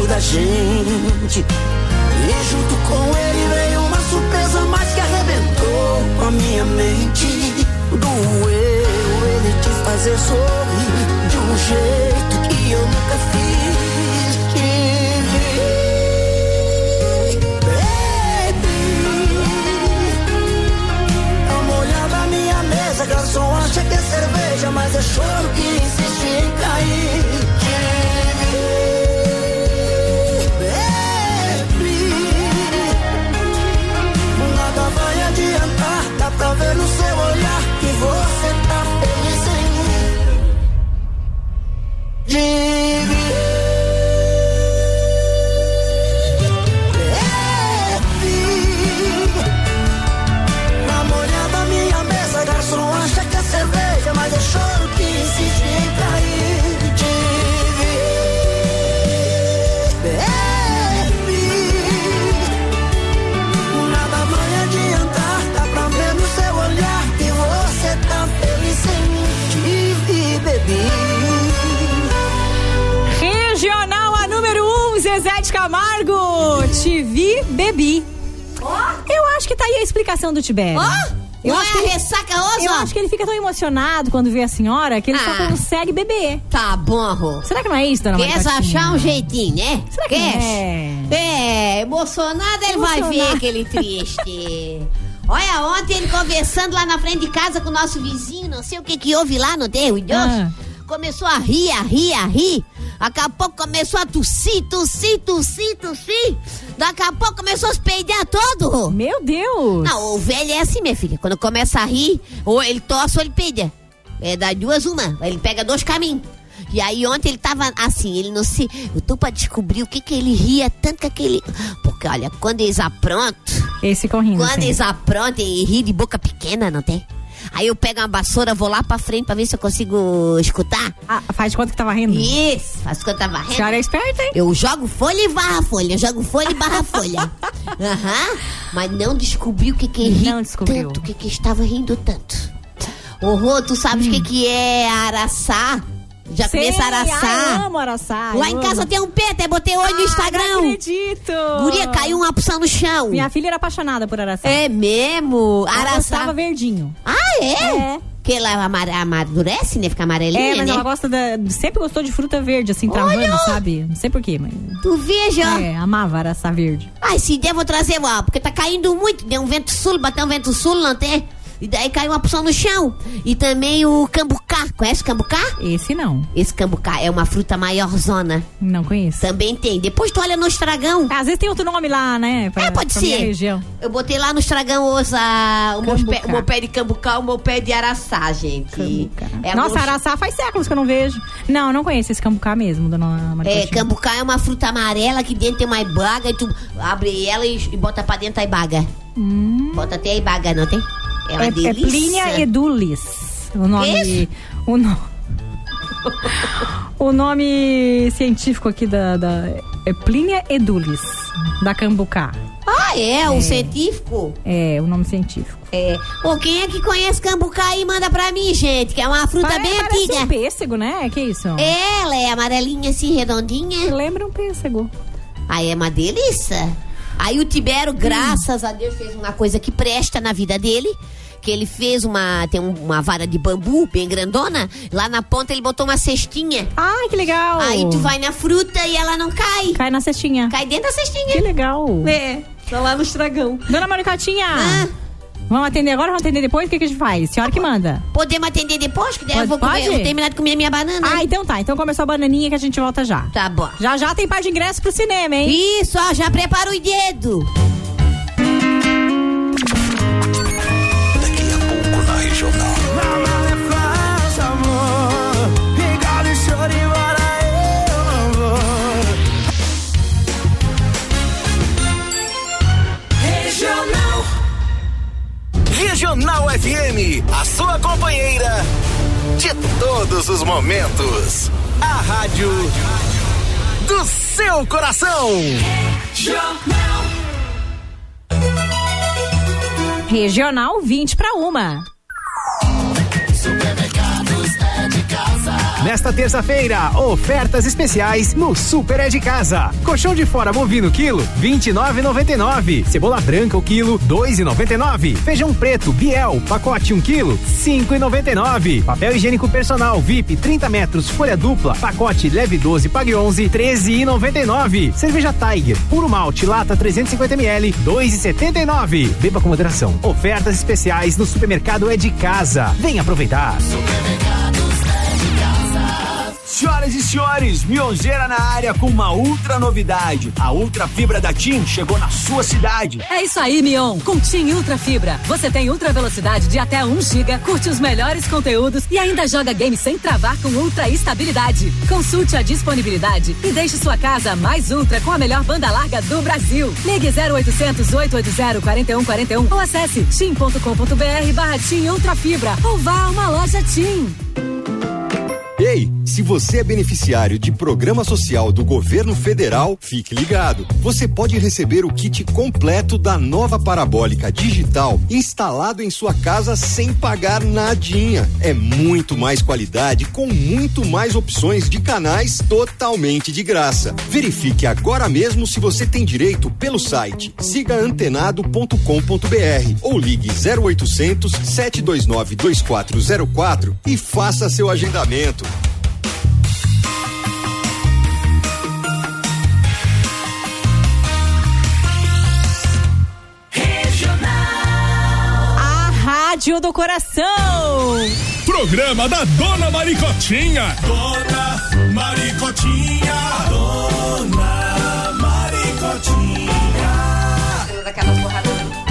Speaker 15: da gente. E junto com ele veio uma surpresa mais que arrebentou com a minha mente. Doeu ele te fazer sorrir de um jeito que eu nunca fiz. Tive. Baby, é uma olhada à minha mesa, garçom acha que é cerveja, mas é choro que insiste em cair. Tive. Baby, Nada vai adiantar, dá pra ver no seu olhar que você tá feliz em mim. Divi. Bebe. Namorada à minha mesa, garçom acha que é cerveja, mas é choro que insiste em cair. Divi. Bebe. Nada vai adiantar, dá pra ver no seu olhar que você tá feliz em mim. Tive e
Speaker 2: é?
Speaker 15: bebi.
Speaker 1: Regional a número 1, um, Zezé de Camargo. TV Bebi. Eu acho que tá aí a explicação do Tibério. Eu
Speaker 2: Não
Speaker 1: acho que
Speaker 2: é
Speaker 1: ele-
Speaker 2: ressaca hoje,
Speaker 1: Eu
Speaker 2: ó?
Speaker 1: acho que ele fica tão emocionado quando vê a senhora que ele só
Speaker 2: Ah.
Speaker 1: consegue beber.
Speaker 2: Tá bom, Rô.
Speaker 1: Será que não é isso, dona
Speaker 2: Queres
Speaker 1: Maricotinha?
Speaker 2: achar um jeitinho, né?
Speaker 1: Será que
Speaker 2: Queres?
Speaker 1: é?
Speaker 2: É, emocionado ele vai
Speaker 1: Emocionado.
Speaker 2: ver aquele triste. Olha, ontem ele conversando lá na frente de casa com o nosso vizinho, não sei o que que houve lá, não tem, o idoso.
Speaker 1: Ah.
Speaker 2: Começou a rir, a rir, a rir. Daqui a pouco começou a tossir, tossir, tossir, tossir. Daqui a pouco começou a se peidar todo, Rô.
Speaker 1: Meu Deus.
Speaker 2: Não, o velho é assim, minha filha. Quando começa a rir, ou ele tosse ou ele peida. É das duas uma. Ele pega dois caminhos. E aí ontem ele tava assim, ele não se... Eu tô pra descobrir o que que ele ria tanto que aquele... Porque olha, quando eles aprontam...
Speaker 1: Esse corrindo.
Speaker 2: Quando eles aprontam e ri de boca pequena, não tem? Aí eu pego uma vassoura, vou lá pra frente pra ver se eu consigo escutar.
Speaker 1: Ah, faz quanto que tava rindo?
Speaker 2: Isso, faz quanto tava rindo.
Speaker 1: senhora é esperta, hein?
Speaker 2: Eu jogo folha e barra folha, eu jogo folha e barra folha. Aham. Mas não descobriu o que que ri tanto, o que que estava rindo tanto. Ô, Rô, tu sabes o que que é araçá? Já
Speaker 1: Hum. Sei,
Speaker 2: começa a araçar.
Speaker 1: ai, amo araçar.
Speaker 2: Lá
Speaker 1: eu
Speaker 2: em
Speaker 1: amo. Ah,
Speaker 2: casa tem um peta, botei olho no Instagram.
Speaker 1: Não acredito.
Speaker 2: Guria, caiu uma poção no chão.
Speaker 1: Minha filha era apaixonada por araçá.
Speaker 2: É mesmo?
Speaker 1: Ela
Speaker 2: Araçá.
Speaker 1: gostava verdinho.
Speaker 2: Ah, é?
Speaker 1: É.
Speaker 2: Porque ela amar- amadurece, né? Fica amarelinha,
Speaker 1: É, mas
Speaker 2: né?
Speaker 1: ela gosta da. Sempre gostou de fruta verde, assim, travando,
Speaker 2: Olha!
Speaker 1: sabe? Não sei porquê, mas.
Speaker 2: Tu veja.
Speaker 1: É, amava araçá verde.
Speaker 2: Ai, se der, vou trazer, ó, porque tá caindo muito. Deu um vento sul, bateu um vento sul, não tem? E daí caiu uma porção no chão. E também o cambucá. Conhece o cambucá?
Speaker 1: Esse não.
Speaker 2: Esse cambucá é uma fruta maiorzona.
Speaker 1: Não conheço. Ah,
Speaker 2: Também tem. Depois tu olha no estragão.
Speaker 1: Às vezes tem outro nome lá, né? Pra,
Speaker 2: É, pode
Speaker 1: pra minha
Speaker 2: ser.
Speaker 1: região.
Speaker 2: Eu botei lá no estragão os, ah, o, meu
Speaker 1: Cambucá.
Speaker 2: pé, o meu pé de cambucá, o meu pé de araçá, gente. É
Speaker 1: Nossa,
Speaker 2: mos-
Speaker 1: araçá faz séculos que eu não vejo. Não, não conheço esse cambucá mesmo, dona Maria.
Speaker 2: É, cambucá é uma fruta amarela que dentro tem uma ibaga e tu abre ela e, e bota pra dentro a ibaga. Bota até a ibaga, não tem? É uma
Speaker 1: Hum. é, é
Speaker 2: delícia.
Speaker 1: Plínia Edulis. O nome.
Speaker 2: Isso.
Speaker 1: O, no... o nome científico aqui da, da. É Plínia Edulis, da Cambucá.
Speaker 2: Ah, é? Um científico?
Speaker 1: É, o nome científico.
Speaker 2: É. Ô, quem é que conhece cambucá aí, manda pra mim, gente, que é uma fruta
Speaker 1: Pare-
Speaker 2: bem
Speaker 1: parece
Speaker 2: antiga.
Speaker 1: um pêssego, né? Que isso?
Speaker 2: Ela é amarelinha assim, redondinha.
Speaker 1: Lembra um pêssego.
Speaker 2: Aí é uma delícia. Aí o
Speaker 1: Hum.
Speaker 2: Tibério, graças a Deus, fez uma coisa que presta na vida dele. Que ele fez uma. Tem um- uma vara de bambu bem grandona. Lá na ponta ele botou uma cestinha.
Speaker 1: Ai, que legal.
Speaker 2: Aí tu vai na fruta e ela não cai.
Speaker 1: Cai na cestinha.
Speaker 2: Cai dentro da cestinha.
Speaker 1: Que legal.
Speaker 2: É, tá lá no estragão. Ah.
Speaker 1: Dona Maricotinha! Vamos atender agora ou vamos atender depois? O que, que a gente faz? Senhora que manda.
Speaker 2: Podemos atender depois? Que daí
Speaker 1: Pode-
Speaker 2: eu vou comer.
Speaker 1: pode?
Speaker 2: Eu vou terminar de comer minha banana.
Speaker 1: Ah, então tá. Então começou a bananinha que a gente volta já.
Speaker 2: Tá bom.
Speaker 1: Já já tem par de ingressos pro cinema, hein?
Speaker 2: Isso, ó, já prepara o dedo.
Speaker 5: Na regional.
Speaker 15: La mala faz amor, regala e chora embora eu não vou.
Speaker 5: Regional. Regional FM, a sua companheira de todos os momentos. A rádio do seu coração. Jornal.
Speaker 1: Regional 20 pra uma.
Speaker 3: Supermercados é de casa.
Speaker 17: nesta terça-feira. Ofertas especiais no Super é de Casa. Colchão de fora bovino quilo, 29,99. Cebola branca o quilo, 2,99. Feijão preto Biel, pacote 1 quilo, 5,99. Papel higiênico personal VIP 30 metros, folha dupla, pacote leve 12, pague 11, 13,99. Cerveja Tiger, puro malte, lata 350ml, 2,79. Beba com moderação. Ofertas especiais no supermercado é de casa. Vem aproveitar.
Speaker 18: Senhoras e senhores, Mionzeira na área com uma ultra novidade. A ultra fibra da TIM chegou na sua cidade.
Speaker 9: É isso aí, Mion. Com TIM Ultra Fibra, você tem ultra velocidade de até 1 giga, curte os melhores conteúdos e ainda joga game sem travar com ultra estabilidade. Consulte a disponibilidade e deixe sua casa mais ultra com a melhor banda larga do Brasil. Ligue 0800 880 4141 ou acesse tim.com.br barra TIM Ultra Fibra ou vá a uma loja TIM.
Speaker 19: Ei, se você é beneficiário de programa social do governo federal, fique ligado. Você pode receber o kit completo da nova parabólica digital instalado em sua casa sem pagar nadinha. É muito mais qualidade com muito mais opções de canais totalmente de graça. Verifique agora mesmo se você tem direito pelo site sigaantenado.com.br ou ligue 0800 729 2404 e faça seu agendamento.
Speaker 1: A Rádio do Coração.
Speaker 12: Programa da Dona Maricotinha. Dona Maricotinha. Dona Maricotinha.
Speaker 1: Daquela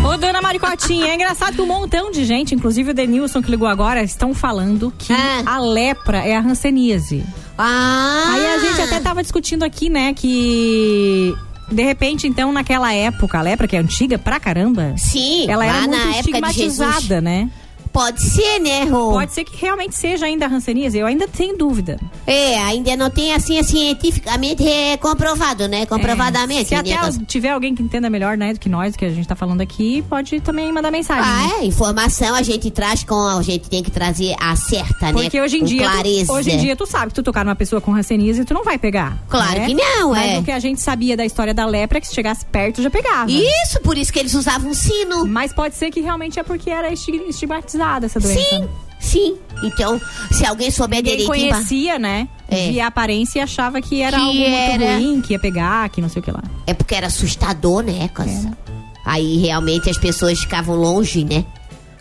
Speaker 1: Ô, dona Maricotinha, é engraçado que um montão de gente, inclusive o Denilson que ligou agora, estão falando que a lepra é a hanseníase.
Speaker 2: Ah!
Speaker 1: Aí a gente até tava discutindo aqui, né, que. De repente, então, naquela época, a lepra, que é antiga pra caramba.
Speaker 2: Sim,
Speaker 1: Ela
Speaker 2: lá
Speaker 1: era muito
Speaker 2: na época de Jesus.
Speaker 1: estigmatizada, né?
Speaker 2: Pode ser, né, Rô?
Speaker 1: Pode ser que realmente seja ainda a hanseníase. Eu ainda tenho dúvida.
Speaker 2: É, ainda não tem assim, é cientificamente é, comprovado, né? Comprovadamente.
Speaker 1: Se até
Speaker 2: né?
Speaker 1: al- tiver alguém que entenda melhor, né, do que nós, do que a gente tá falando aqui, pode também mandar mensagem. né?
Speaker 2: Ah, é, informação a gente traz com. A gente tem que trazer a certa, né?
Speaker 1: Porque hoje em
Speaker 2: Com
Speaker 1: dia,
Speaker 2: clareza.
Speaker 1: tu, hoje em dia tu sabe que tu tocar numa pessoa com hanseníase, tu não vai pegar. né?
Speaker 2: Claro que não,
Speaker 1: Mas
Speaker 2: é.
Speaker 1: o que a gente sabia da história da lepra é que se chegasse perto já pegava.
Speaker 2: Isso, por isso que eles usavam sino.
Speaker 1: Mas pode ser que realmente é porque era esti- estigmatizada essa doença.
Speaker 2: Sim, sim. Então, se alguém é souber
Speaker 1: Ninguém
Speaker 2: direitinho. pra-
Speaker 1: conhecia, né?
Speaker 2: É.
Speaker 1: Via a aparência e achava que era
Speaker 2: Que
Speaker 1: algo muito
Speaker 2: era.
Speaker 1: ruim, que ia pegar, que não sei o que lá.
Speaker 2: É porque era assustador, né, Coça? Aí realmente as pessoas ficavam longe, né?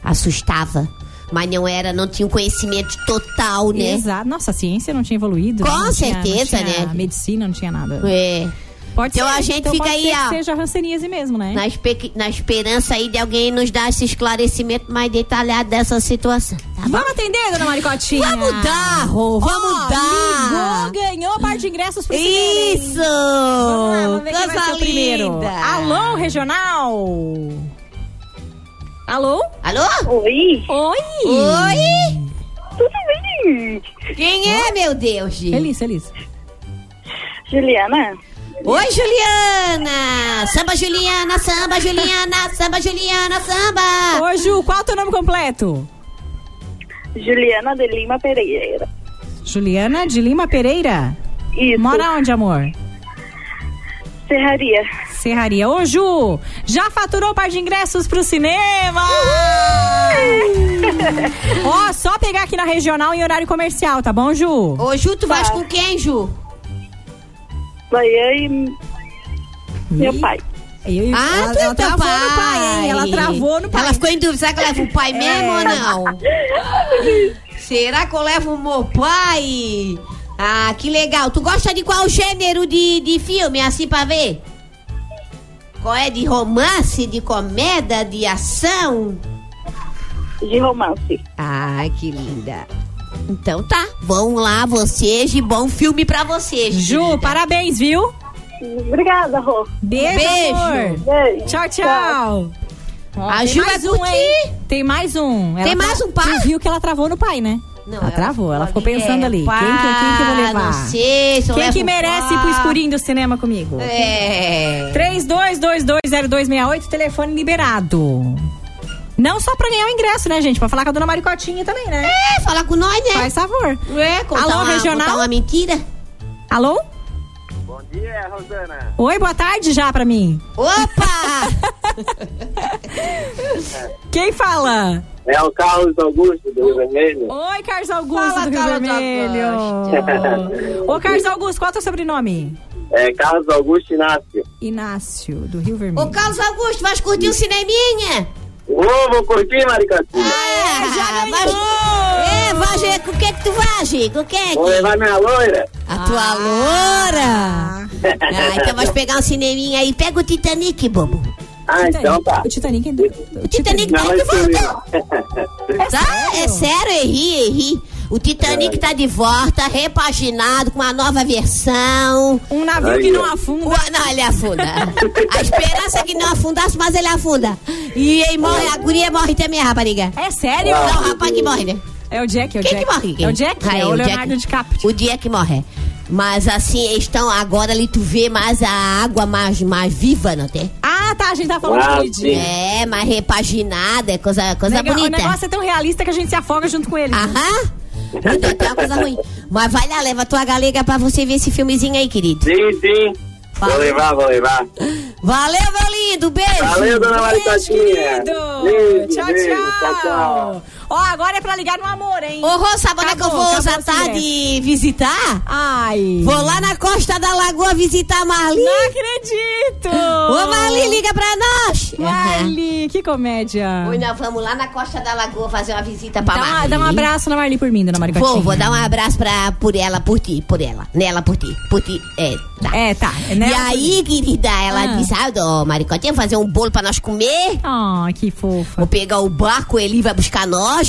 Speaker 2: Assustava. Mas não era, não tinha o conhecimento total, né?
Speaker 1: Exato. Nossa, a ciência não tinha evoluído. né?
Speaker 2: Com
Speaker 1: Não tinha- não
Speaker 2: certeza,
Speaker 1: tinha
Speaker 2: né?
Speaker 1: medicina não tinha nada.
Speaker 2: É.
Speaker 1: Pode
Speaker 2: então
Speaker 1: ser.
Speaker 2: a gente
Speaker 1: Então
Speaker 2: fica
Speaker 1: pode
Speaker 2: aí,
Speaker 1: ser que
Speaker 2: ó.
Speaker 1: seja hanseníase mesmo, né?
Speaker 2: Na, espe- na esperança aí de alguém nos dar esse esclarecimento mais detalhado dessa situação. Tá bom?
Speaker 1: Vamos atender, dona Maricotinha?
Speaker 2: Vamos dar, Rô, vamos
Speaker 1: Ó,
Speaker 2: dar.
Speaker 1: Ligou, ganhou par de ingressos pro
Speaker 2: Isso!
Speaker 1: cinema, hein? Vamos lá, vamos ver quem vai
Speaker 2: Coisa
Speaker 1: ser o primeiro.
Speaker 2: linda.
Speaker 1: Alô, regional! Alô?
Speaker 2: Alô?
Speaker 20: Oi?
Speaker 1: Oi!
Speaker 2: Oi?
Speaker 20: Tudo bem?
Speaker 2: Quem é, meu Deus?
Speaker 1: Feliz, feliz.
Speaker 20: Juliana?
Speaker 2: Oi, Juliana! Samba, Juliana, samba, Juliana, samba, Juliana, samba!
Speaker 1: Ô, Ju, qual é o teu nome completo?
Speaker 20: Juliana de Lima Pereira.
Speaker 1: Juliana de Lima Pereira.
Speaker 20: Isso.
Speaker 1: Mora onde, amor?
Speaker 20: Serraria.
Speaker 1: Serraria. Ô, Ju, já faturou par de ingressos pro cinema? Ó, só pegar aqui na regional em horário comercial, tá bom, Ju?
Speaker 2: Ô, Ju, tu vais com quem, Ju?
Speaker 20: Tá. Vai aí. Meu pai.
Speaker 1: Eu-
Speaker 2: Ah,
Speaker 1: ela,
Speaker 2: tu e
Speaker 1: ela
Speaker 2: teu
Speaker 1: travou no pai, hein? Ela
Speaker 2: pai.
Speaker 1: travou no pai. É.
Speaker 2: Ela ficou em dúvida, será que eu levo o pai mesmo ou não? Será que eu levo o meu pai? Ah, que legal. Tu gosta de qual gênero de, de filme, assim, pra ver? Qual é? De romance, de comédia, de ação?
Speaker 20: De romance.
Speaker 2: Ai, que linda. Então tá, vão lá vocês e bom filme pra vocês.
Speaker 1: Ju, parabéns, viu?
Speaker 20: Obrigada, Rô.
Speaker 1: Beijo,
Speaker 2: Beijo.
Speaker 1: amor.
Speaker 20: Beijo.
Speaker 1: Tchau, tchau. Ó,
Speaker 2: A
Speaker 1: tem
Speaker 2: Ju
Speaker 1: mais
Speaker 2: é
Speaker 1: um,
Speaker 2: do
Speaker 1: hein? Tem mais um.
Speaker 2: Tem mais um par?
Speaker 1: Tu viu que ela travou no pai, né? Não, ela, travou, ela ficou pensando ali.
Speaker 2: É, pá,
Speaker 1: quem, que- quem que eu vou levar?
Speaker 2: não sei se eu
Speaker 1: quem
Speaker 2: levo
Speaker 1: que merece ir pro
Speaker 2: pá.
Speaker 1: escurinho do cinema comigo?
Speaker 2: É.
Speaker 1: 32220268, telefone liberado. Não só pra ganhar o ingresso, né, gente? Pra falar com a dona Maricotinha também, né?
Speaker 2: É, falar com nós, né?
Speaker 1: Faz favor.
Speaker 2: É, contar
Speaker 1: Alô,
Speaker 2: uma-
Speaker 1: regional?
Speaker 2: contar uma mentira?
Speaker 1: Alô?
Speaker 21: Bom dia, Rosana.
Speaker 1: Oi, boa tarde já pra mim.
Speaker 2: Opa!
Speaker 1: Quem fala?
Speaker 21: É o Carlos Augusto do Rio Vermelho.
Speaker 2: Oh.
Speaker 1: Oi, Carlos Augusto do Rio Vermelho. Ô, Carlos Augusto, qual é o teu sobrenome?
Speaker 21: É Carlos Augusto Inácio.
Speaker 1: Inácio, do Rio Vermelho.
Speaker 2: Ô, Carlos Augusto, vai curtir um cineminha?
Speaker 21: Ô, vou curtir, Maricatinha.
Speaker 2: Ah, já ganhou! É, vai, Gê, com o que que tu vai, Gê? Com o que é que?
Speaker 21: Vou levar minha loira.
Speaker 2: A tua loura! Ah, então vais pegar um cineminha aí. Pega o Titanic, bobo.
Speaker 21: Ah, então tá.
Speaker 1: O Titanic ainda.
Speaker 2: O Titanic tá de volta. Tá? É sério, errei, errei. O Titanic tá de volta, repaginado, com uma nova versão.
Speaker 1: Um
Speaker 20: navio que não
Speaker 1: afunda.
Speaker 2: não, ele afunda. A esperança é que não afundasse, mas ele afunda. E aí morre, a guria morre também, a rapariga.
Speaker 1: É sério?
Speaker 2: Não, o rapaz que morre, né?
Speaker 1: É o Jack, é o
Speaker 2: Quem
Speaker 1: Jack.
Speaker 2: que morre?
Speaker 1: É o Jack,
Speaker 2: Ah,
Speaker 1: é o Leonardo
Speaker 2: Jack. O Jack morre. Mas assim, eles estão agora ali, tu vê mais a água mais, mais viva, não tem?
Speaker 1: Ah, tá, a gente tá falando do Luigi.
Speaker 2: É, mais repaginada, é coisa, coisa
Speaker 1: Nega-
Speaker 2: bonita.
Speaker 1: O negócio é tão realista que a gente se afoga junto com ele. né?
Speaker 2: Aham. Então tá uma coisa ruim. Mas vai lá, leva tua galega pra você ver esse filmezinho aí, querido.
Speaker 21: Sim, sim. Vou levar, vou levar.
Speaker 2: Valeu, meu lindo. Beijo.
Speaker 21: Valeu, dona Maricatinha. Beijo,
Speaker 1: Tchau,
Speaker 21: beijo,
Speaker 1: tchau.
Speaker 21: tchau, tchau.
Speaker 1: Ó, agora é pra ligar no amor, hein?
Speaker 2: Ô, Rô, sabe onde é que eu
Speaker 1: Acabou,
Speaker 2: vou
Speaker 1: acabou
Speaker 2: usar
Speaker 1: esse
Speaker 2: tarde
Speaker 1: ingresso.
Speaker 2: visitar?
Speaker 1: Ai.
Speaker 2: Vou lá na costa da lagoa visitar a Marli.
Speaker 1: Não acredito!
Speaker 2: Ô, Marli, liga pra nós.
Speaker 1: Marli, que comédia.
Speaker 2: Oi, nós vamos lá na costa da lagoa fazer uma visita pra
Speaker 1: Dá, uma-
Speaker 2: Marli.
Speaker 1: dá um abraço na Marli por mim, dona Maricotinha.
Speaker 2: Vou, vou dar um abraço pra, por ela, por ti, por ela. Nela, por ti, por ti. É, tá.
Speaker 1: É, tá.
Speaker 2: e aí, querida, ela disse, ah, ó, Maricotinha, fazer um bolo pra nós comer.
Speaker 1: Ah, que fofa. Hum.
Speaker 2: Vou pegar o barco, ele vai buscar nós.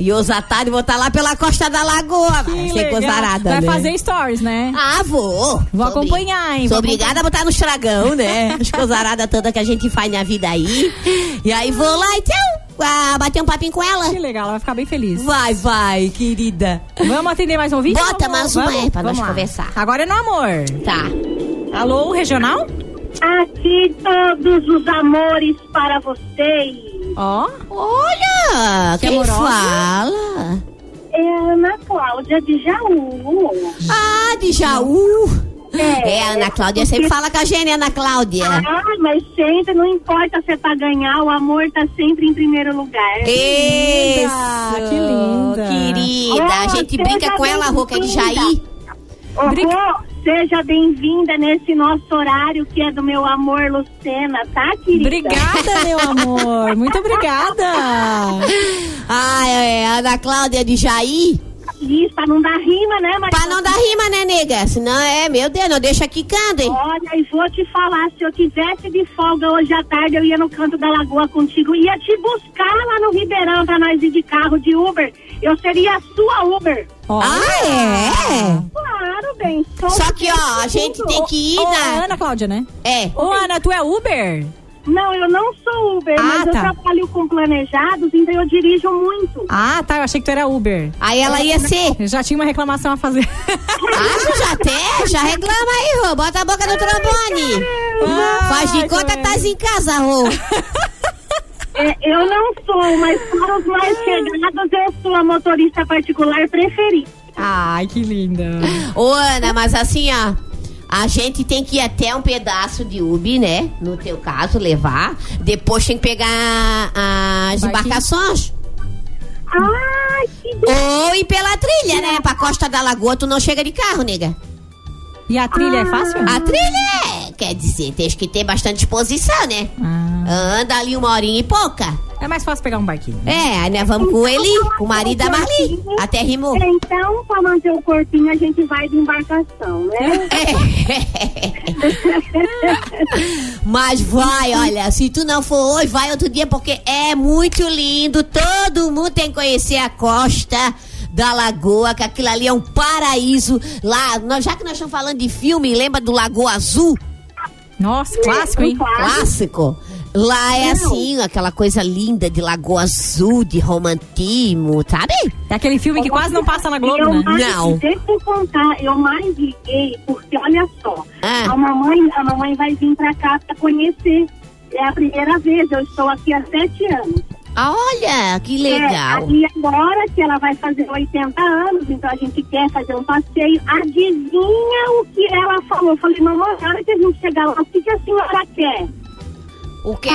Speaker 2: E os atalhos vão estar lá pela costa da lagoa.
Speaker 1: Que
Speaker 2: sem
Speaker 1: legal.
Speaker 2: gozarada,
Speaker 1: Vai
Speaker 2: né?
Speaker 1: fazer stories, né?
Speaker 2: Ah, vou.
Speaker 1: Vou acompanhar, hein?
Speaker 2: Sou
Speaker 1: Vou
Speaker 2: obrigada a botar no estragão, né? As cozaradas todas que a gente faz na vida aí. E aí vou lá e tchau. Ah, bater um papinho com ela.
Speaker 1: Que legal, ela vai ficar bem feliz.
Speaker 2: Vai, vai, querida.
Speaker 1: Vamos atender mais um vídeo?
Speaker 2: Bota mais uma aí pra nós conversar.
Speaker 1: Agora é no amor.
Speaker 2: Tá.
Speaker 1: Alô, regional?
Speaker 20: Aqui todos os amores para vocês.
Speaker 1: Ó.
Speaker 2: Olha,
Speaker 20: Que
Speaker 2: quem
Speaker 20: amorosa.
Speaker 2: fala?
Speaker 20: É a Ana Cláudia de Jaú.
Speaker 2: Ah, de Jaú.
Speaker 20: É.
Speaker 2: É, a Ana Cláudia sempre fala com a gente, né, Ana Cláudia.
Speaker 20: Ah, mas sempre, não importa se é pra ganhar, o amor tá sempre em primeiro lugar.
Speaker 2: Isso! Que linda! Querida, a
Speaker 20: Ô, Oh,
Speaker 2: gente
Speaker 20: seja
Speaker 2: brinca com ela,
Speaker 20: bem-vinda.
Speaker 2: Roca de Jair.
Speaker 20: Ô, Rô, seja bem-vinda nesse nosso horário que é do meu amor Lucena, tá, querida?
Speaker 1: Obrigada, meu amor. Muito obrigada.
Speaker 2: Ah, é, Ana Cláudia de Jair.
Speaker 20: Isso, pra não dar rima, né, Maria?
Speaker 2: Pra não dar rima, né, nega? Senão é, meu Deus, não deixa quicando, hein?
Speaker 20: Olha, e vou te falar, se eu tivesse de folga hoje à tarde, eu ia no canto da lagoa contigo, ia te buscar lá no Ribeirão pra nós ir de carro de Uber. Eu seria a sua Uber.
Speaker 2: Ah, é?
Speaker 20: Claro, bem.
Speaker 2: Só que,
Speaker 20: é
Speaker 2: ó, a gente tem que ir
Speaker 1: Ô,
Speaker 2: na...
Speaker 1: Ana Cláudia, né?
Speaker 2: É.
Speaker 1: Ô, Ana, tu é Uber?
Speaker 20: Não, eu não sou Uber,
Speaker 2: Ah,
Speaker 20: mas eu
Speaker 2: tá.
Speaker 20: trabalho com planejados, então eu dirijo muito. É.
Speaker 1: Ah, tá. Eu achei que tu era Uber.
Speaker 2: Aí ela ia ser.
Speaker 1: Eu já tinha uma reclamação a fazer.
Speaker 2: Ah, tu já tem? Já reclama aí, Rô. Bota a boca no trombone. Faz de conta que tás em casa, Rô.
Speaker 20: É, eu não sou, mas para os mais chegados, eu sou a motorista particular preferida.
Speaker 1: Ai, que linda.
Speaker 2: Ô, Ana, mas assim, ó. A gente tem que ir até um pedaço de UB, né? No teu caso, levar. Depois tem que pegar as embarcações.
Speaker 20: Ai, que
Speaker 2: Ou ir pela trilha, né? Pra Costa da Lagoa, tu não chega de carro, nega.
Speaker 1: E a trilha é fácil?
Speaker 2: A trilha é, quer dizer, tem que ter bastante disposição, né? Anda ali uma horinha e pouca.
Speaker 1: Ah. É mais fácil pegar um barquinho.
Speaker 2: É, aí nós vamos com ele, o marido da Marli. Até rimou.
Speaker 20: Então, pra manter o corpinho, a gente vai de embarcação, né?
Speaker 2: É. Mas vai, olha, se tu não for hoje, vai outro dia, porque é muito lindo. Todo mundo tem que conhecer a costa da Lagoa, que aquilo ali é um paraíso. Lá, nós- já que nós estamos falando de filme, lembra do Lagoa Azul?
Speaker 1: Nossa, clássico, hein?
Speaker 2: Clássico. Lá é assim, aquela coisa linda de Lagoa Azul, de romantismo, sabe?
Speaker 1: É aquele filme que quase não passa na Globo,
Speaker 20: eu
Speaker 1: né?
Speaker 20: mais,
Speaker 2: Não.
Speaker 20: Deixa eu contar, eu mais liguei, porque olha só,
Speaker 2: Ah.
Speaker 20: a, mamãe, a É mamãe vai vir pra cá pra conhecer. É a primeira vez, eu estou aqui há sete anos.
Speaker 2: Olha, que legal.
Speaker 20: É, e agora que ela vai fazer 80 anos, então a gente quer fazer um passeio. Adivinha o que ela falou? Eu falei, mamãe, na hora que a gente chegar lá, o que, que a senhora quer?
Speaker 2: O que?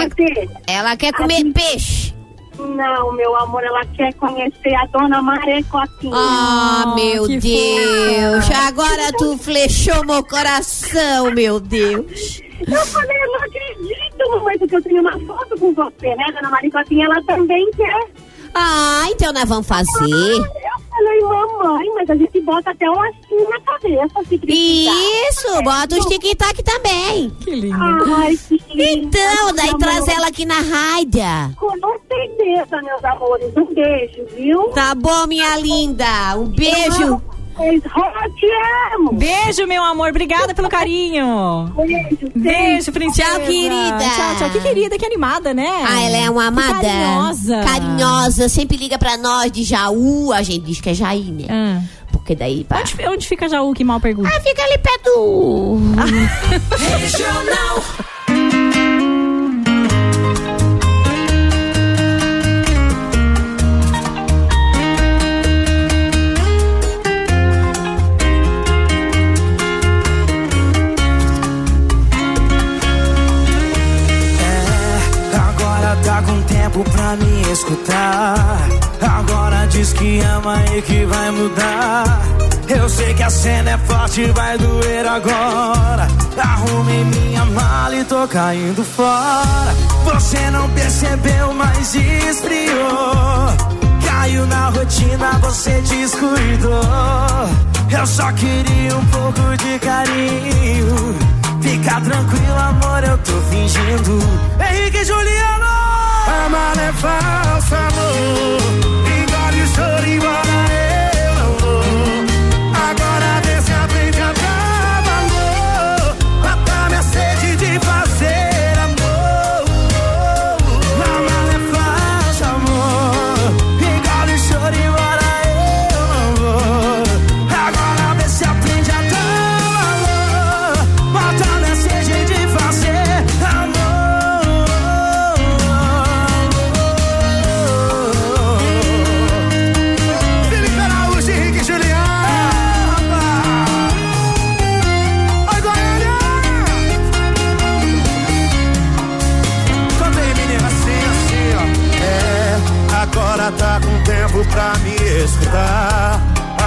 Speaker 2: Ela quer comer peixe.
Speaker 20: Não, meu amor, ela quer conhecer a dona Marecotinha.
Speaker 1: Oh,
Speaker 2: Ah, meu
Speaker 20: que
Speaker 2: Deus. Agora tu flechou meu coração, meu Deus.
Speaker 20: Eu falei, eu não acredito, mamãe, porque eu tenho uma foto com você, né? Dona Maricotinha, ela também quer.
Speaker 2: Ah, então nós vamos fazer.
Speaker 20: Eu falei, mamãe, mas a gente bota até um assim na cabeça, se precisar.
Speaker 2: Isso, bota os tic-tac também.
Speaker 1: Que lindo.
Speaker 20: Ai, que lindo.
Speaker 2: Então, daí
Speaker 20: Meu
Speaker 2: traz
Speaker 20: amor.
Speaker 2: ela aqui na rádio.
Speaker 20: Com certeza, meus amores. Um beijo, viu?
Speaker 2: Tá bom, minha linda. Um beijo.
Speaker 1: Beijo, meu amor. Obrigada pelo carinho.
Speaker 20: Beijo,
Speaker 1: Beijo, princesa.
Speaker 2: Tchau, querida.
Speaker 1: Tchau, tchau. Que querida, que animada, né?
Speaker 2: Ah, ela é uma
Speaker 1: Que
Speaker 2: amada.
Speaker 1: Carinhosa.
Speaker 2: Carinhosa. Sempre liga pra nós de Jaú. A gente diz que é Jaí, né?
Speaker 1: Ah.
Speaker 2: Porque daí. Pá.
Speaker 1: Onde, onde fica Jaú? Que mal pergunta. Ah,
Speaker 2: fica ali perto do.
Speaker 3: Regional. Agora tá com tempo pra me escutar. Agora diz que ama e que vai mudar. Eu sei que a cena é forte, vai doer agora. Arrumei minha mala e tô caindo fora. Você não percebeu, mas esfriou. Caiu na rotina, você descuidou. Eu só queria um pouco de carinho. Fica tranquilo, amor, eu tô fingindo. Henrique e Juliano! A mala é falsa, amor. Engole o choro, embora eu não vou. Agora vê se aprende a dar valor. Matar Tá minha sede de fazer amor. A mala é falsa, amor. Engole o choro, embora eu não vou. Agora vê se aprende a dar valor. Matar minha sede de fazer amor. Felipe Araújo, Henrique É, e Juliana. Oi, Goiânia. Cantei, menina, assim, assim, ó. É,
Speaker 14: Agora tá com tempo pra me escutar.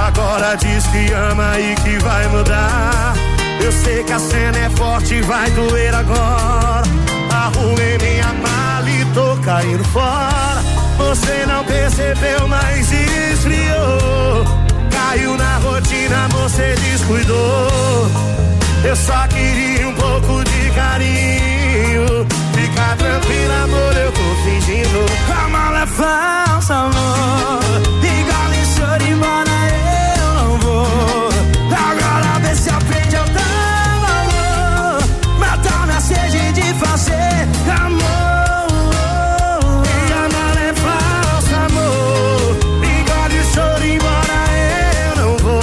Speaker 14: Agora diz que ama e que vai mudar. Eu sei que a cena é forte, vai doer agora. Arrumei minha mala e tô caindo fora. Você não percebeu, mas esfriou. Caiu na rotina, você descuidou. Eu só queria um pouco de carinho. Fica tranquila, amor, eu tô fingindo.
Speaker 3: A mala é falsa, amor. Igual em Sorimana eu não vou. Agora vê se aprende a dar valor. Matar minha sede de fazer amor. E a mala é falsa, amor. Igual em Sorimana eu não vou.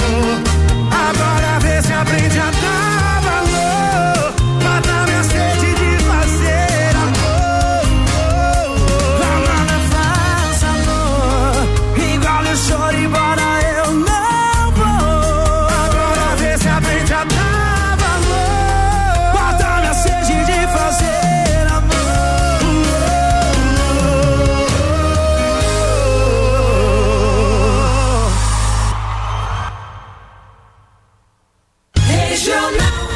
Speaker 3: Agora vê se aprende a dar valor. Matar minha sede de fazer amor. A mala é falsa, amor. Igual eu choro, embora eu não vou. Agora vê se aprende a dar valor. Matar minha sede de fazer amor. Regional.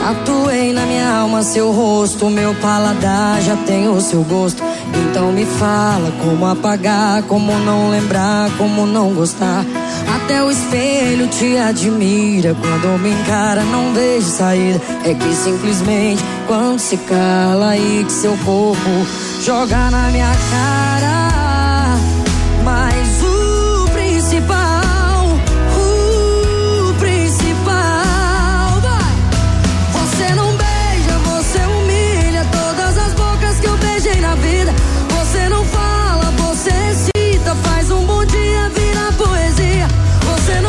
Speaker 6: Tatuei na minha alma seu rosto, meu paladar já tem o seu gosto. Então me fala como apagar, como não lembrar, como não gostar. Até o espelho te admira, quando me encara não vejo saída. É que simplesmente quando se cala aí que seu corpo joga na minha cara. Mas o principal, o principal vai. Você não beija, você humilha todas as bocas que eu beijei na vida. Você não fala, você excita, faz um bom dia virar poesia. Você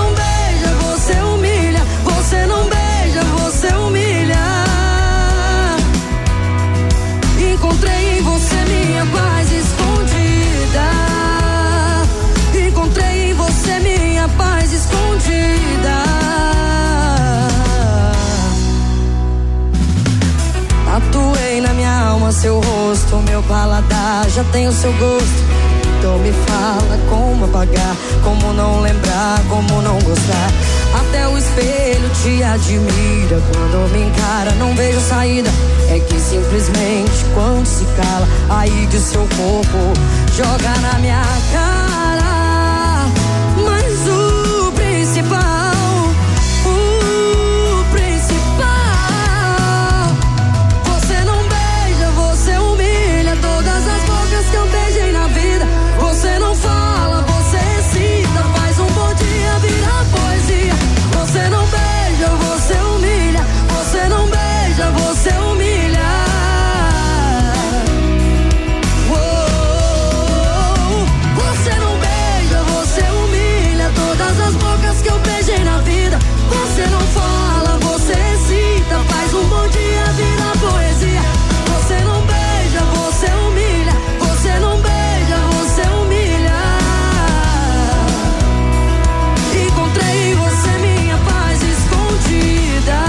Speaker 6: ama seu rosto, meu paladar já tem o seu gosto. Então me fala como apagar, como não lembrar, como não gostar. Até o espelho te admira, quando me encara não vejo saída. É que simplesmente quando se cala, aí que o seu corpo joga na minha cara. Mas o principal, o principal. Você não beija, você humilha todas as bocas que eu beijei na vida. Você não fala, você excita, faz um bom dia virar poesia. Você não beija, você humilha, você não beija, você humilha. Uou. Você não beija, você humilha todas as bocas que eu beijei na vida. Você não fala, você excita, faz um bom dia virar poesia. Você não beija, você humilha, você não beija, você humilha. Encontrei você minha paz escondida.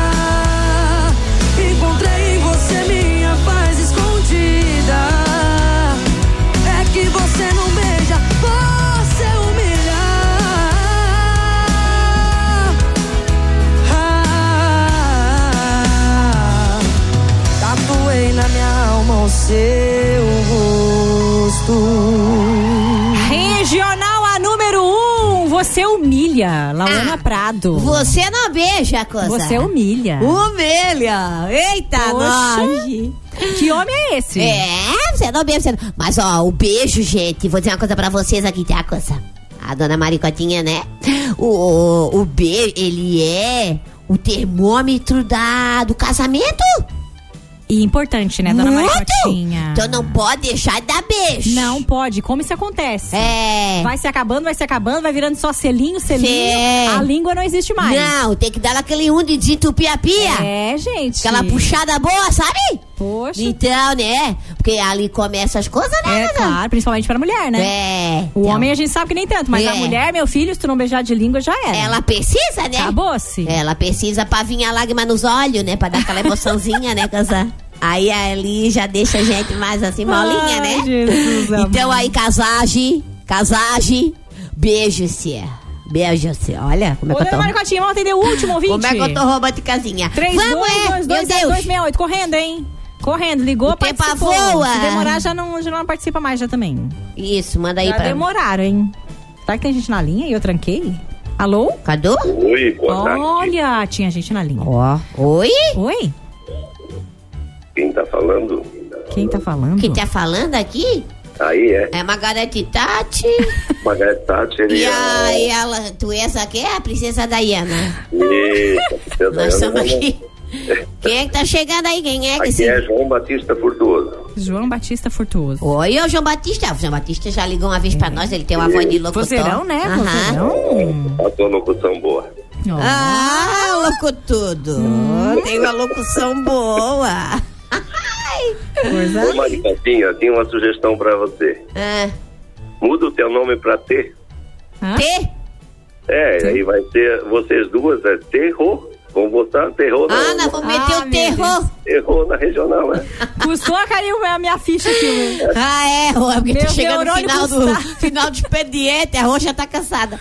Speaker 6: Encontrei você minha paz escondida. É que você não beija, você humilha. Ah, tatuei na minha alma um o seu rosto.
Speaker 1: Regional a número um, você humilha, Laura Prado.
Speaker 2: Ah, Você não beija, coisa.
Speaker 1: Você é humilha.
Speaker 2: Humilha! Eita,
Speaker 1: Poxa.
Speaker 2: nós!
Speaker 1: Que homem é esse?
Speaker 2: É, você não beija, você não. Mas ó, o beijo, gente. Vou dizer uma coisa pra vocês aqui, tem uma coisa. A dona Maricotinha, né? O, o, o beijo, ele é o termômetro da, do casamento.
Speaker 1: E importante, né, dona
Speaker 2: Muito!
Speaker 1: Maricotinha?
Speaker 2: Então não pode deixar de dar beijo.
Speaker 1: Não pode, como isso acontece?
Speaker 2: É.
Speaker 1: Vai se acabando, vai se acabando, vai virando só selinho, selinho.
Speaker 2: Sim.
Speaker 1: A língua não existe mais.
Speaker 2: é. Não, tem que dar aquele um de desentupia-pia.
Speaker 1: É, gente.
Speaker 2: Aquela puxada boa, sabe?
Speaker 1: Poxa.
Speaker 2: Então, né? Porque ali começa as coisas, né?
Speaker 1: É
Speaker 2: Nana?
Speaker 1: claro, principalmente pra mulher, né?
Speaker 2: É.
Speaker 1: O homem a gente sabe que nem tanto, mas
Speaker 2: É.
Speaker 1: a mulher, meu filho, se tu não beijar de língua, já era.
Speaker 2: Ela precisa, né?
Speaker 1: Acabou-se.
Speaker 2: Ela precisa pra vir a lágrima nos olhos, né? Pra dar aquela emoçãozinha, né, casar? Aí ali já deixa a gente mais assim, molinha, né? então aí, casagem, casagem, beijo-se. Beijo-se. Olha como é
Speaker 1: Ô,
Speaker 2: que eu
Speaker 1: dona
Speaker 2: tô.
Speaker 1: Maricotinha, vamos atender o último ouvinte.
Speaker 2: Como é que eu tô roubando de casinha?
Speaker 1: 3,
Speaker 2: Vamos,
Speaker 1: 2,
Speaker 2: é,
Speaker 1: 2, 2,
Speaker 2: meu Deus.
Speaker 1: 268, correndo, hein? Correndo, ligou,
Speaker 2: O tempo
Speaker 1: participou.
Speaker 2: voa.
Speaker 1: Se demorar, já não, já não participa mais já também.
Speaker 2: Isso, manda aí
Speaker 1: já
Speaker 2: pra mim.
Speaker 1: demoraram, hein? Será que tem gente na linha e eu tranquei? Alô?
Speaker 2: Cadê?
Speaker 7: Oi, boa tarde.
Speaker 1: Olha, tinha gente na linha.
Speaker 2: Oi?
Speaker 1: Oi?
Speaker 7: Quem tá falando?
Speaker 1: Quem tá falando?
Speaker 2: Quem tá falando aqui?
Speaker 7: Aí é.
Speaker 2: É Margarete Tati.
Speaker 7: Margareth Thatcher
Speaker 2: e
Speaker 7: e
Speaker 2: a, e a- tu és aqui? É a princesa Diana.
Speaker 7: Eita, é
Speaker 2: Nós estamos aqui. Quem é que tá chegando aí? Quem é que
Speaker 7: Aqui
Speaker 2: se...
Speaker 7: é João Batista Furtuoso.
Speaker 1: João Batista Furtuoso. É.
Speaker 2: Oi, ô João Batista. O João Batista já ligou uma vez pra nós, ele tem uma voz é de locutor.
Speaker 1: Vozeirão, né?
Speaker 2: Aham.
Speaker 7: É, A tua locução boa.
Speaker 2: Ah, louco tudo.
Speaker 1: Hum.
Speaker 2: Tem uma locução boa.
Speaker 7: Ô, Maricatinha, tem uma sugestão pra você.
Speaker 2: É.
Speaker 7: Muda o teu nome pra T.
Speaker 2: T?
Speaker 7: É, aí vai ser vocês duas, é Terror. Vamos botar Terror na,
Speaker 2: Ana, vou meter
Speaker 1: Ah,
Speaker 2: o terror.
Speaker 7: terror na regional, né?
Speaker 1: Custou a cair a minha ficha aqui. né?
Speaker 2: Ah, é, Rô, é porque
Speaker 1: Meu
Speaker 2: tu chega no
Speaker 1: neurônio
Speaker 2: final do,
Speaker 1: pulsar.
Speaker 2: final do expediente, a Rô já tá cansada.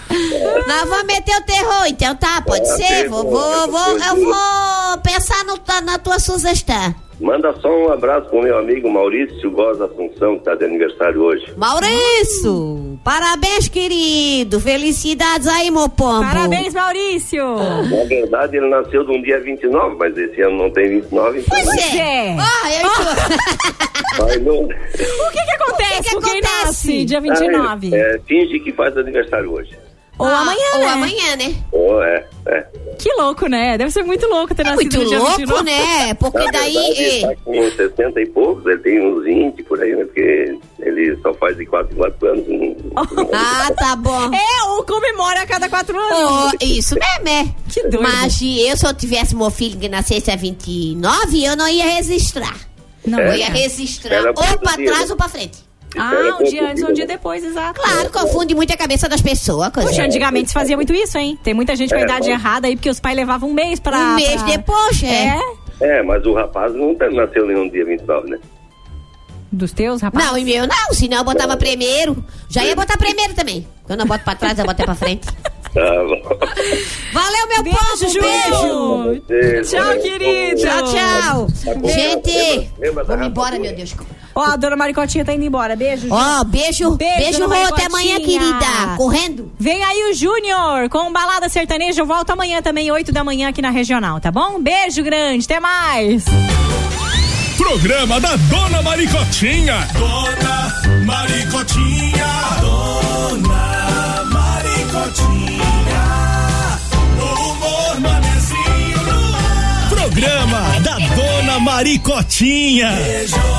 Speaker 2: Nós vamos meter o terror, então tá, pode
Speaker 7: Ah,
Speaker 2: ser.
Speaker 7: terror,
Speaker 2: Vou, vou,
Speaker 7: essas
Speaker 2: vou, eu
Speaker 7: coisas.
Speaker 2: vou pensar no ta- na tua sugestão.
Speaker 7: Manda só um abraço pro meu amigo Maurício Goza Assunção, que tá de aniversário hoje.
Speaker 2: Maurício, parabéns, querido. Felicidades aí, meu pombo. Ah.
Speaker 1: Parabéns, Maurício.
Speaker 7: Na verdade, ele nasceu de um dia 29, mas esse ano não tem 29, então
Speaker 1: Pois é.
Speaker 2: Ah, eu
Speaker 7: vai no...
Speaker 1: O que que acontece
Speaker 2: que
Speaker 1: com quem
Speaker 2: acontece?
Speaker 1: nasce dia 29?
Speaker 7: É, é, finge que faz aniversário hoje.
Speaker 1: Ou amanhã,
Speaker 2: Ou
Speaker 1: né?
Speaker 2: amanhã, né?
Speaker 7: Oh, é, é.
Speaker 1: Que louco, né? Deve ser muito louco ter nascido
Speaker 2: É Muito
Speaker 1: no dia
Speaker 2: louco,
Speaker 1: 29.
Speaker 2: né? Porque
Speaker 7: Na verdade,
Speaker 2: daí.
Speaker 7: ele tá com 60 e poucos, ele tem uns 20 por aí, né? Porque ele só faz de 4 em 4 anos. um-
Speaker 2: Ah, tá bom.
Speaker 1: É, ou comemora a cada quatro
Speaker 2: Ô,
Speaker 1: anos.
Speaker 2: isso mesmo, é.
Speaker 1: Que doido.
Speaker 2: Mas se eu, se eu tivesse meu filho que nascesse a 29, eu não ia registrar.
Speaker 1: Não
Speaker 2: eu
Speaker 7: é?
Speaker 2: ia registrar
Speaker 7: Era
Speaker 2: ou
Speaker 7: muito
Speaker 2: pra
Speaker 7: dinheiro.
Speaker 2: trás ou pra frente.
Speaker 1: Ah, um dia antes, um dia depois, exato.
Speaker 2: Claro, confunde muito a cabeça das pessoas. Coisa.
Speaker 1: Poxa, antigamente se fazia muito isso, hein? Tem muita gente com a
Speaker 7: É,
Speaker 1: idade
Speaker 7: mas-
Speaker 1: errada aí, porque os pais levavam um mês pra...
Speaker 2: Um mês
Speaker 1: pra-
Speaker 2: depois, é.
Speaker 1: É?
Speaker 7: É, mas o rapaz não tá- nasceu nenhum dia 29, né?
Speaker 1: Dos teus, rapaz?
Speaker 2: Não, e meu não, senão eu botava primeiro. Já ia botar primeiro também. Quando eu boto pra trás, eu boto pra frente.
Speaker 7: Ah,
Speaker 2: Valeu, meu povo,
Speaker 1: Ju.
Speaker 2: beijo!
Speaker 1: Tchau, querido.
Speaker 2: Tchau, tchau!
Speaker 1: Tá
Speaker 2: Gente,
Speaker 1: bom. Lembra da
Speaker 2: vamos embora,
Speaker 1: rapadura?
Speaker 2: meu Deus.
Speaker 1: Ó, a dona Maricotinha tá indo embora. Beijo, Ju.
Speaker 2: Ó, beijo, beijo,
Speaker 1: dona
Speaker 2: Rô, até amanhã,
Speaker 1: Maricotinha.
Speaker 2: querida. Correndo.
Speaker 1: Vem aí o Júnior com Balada Sertaneja. Eu volto amanhã também, 8 da manhã aqui na Regional, tá bom? Beijo grande, até mais.
Speaker 12: Programa da Dona Maricotinha. Dona Maricotinha. Dona Maricotinha. O humor manezinho no ar. Programa da Dona Maricotinha. Beijo.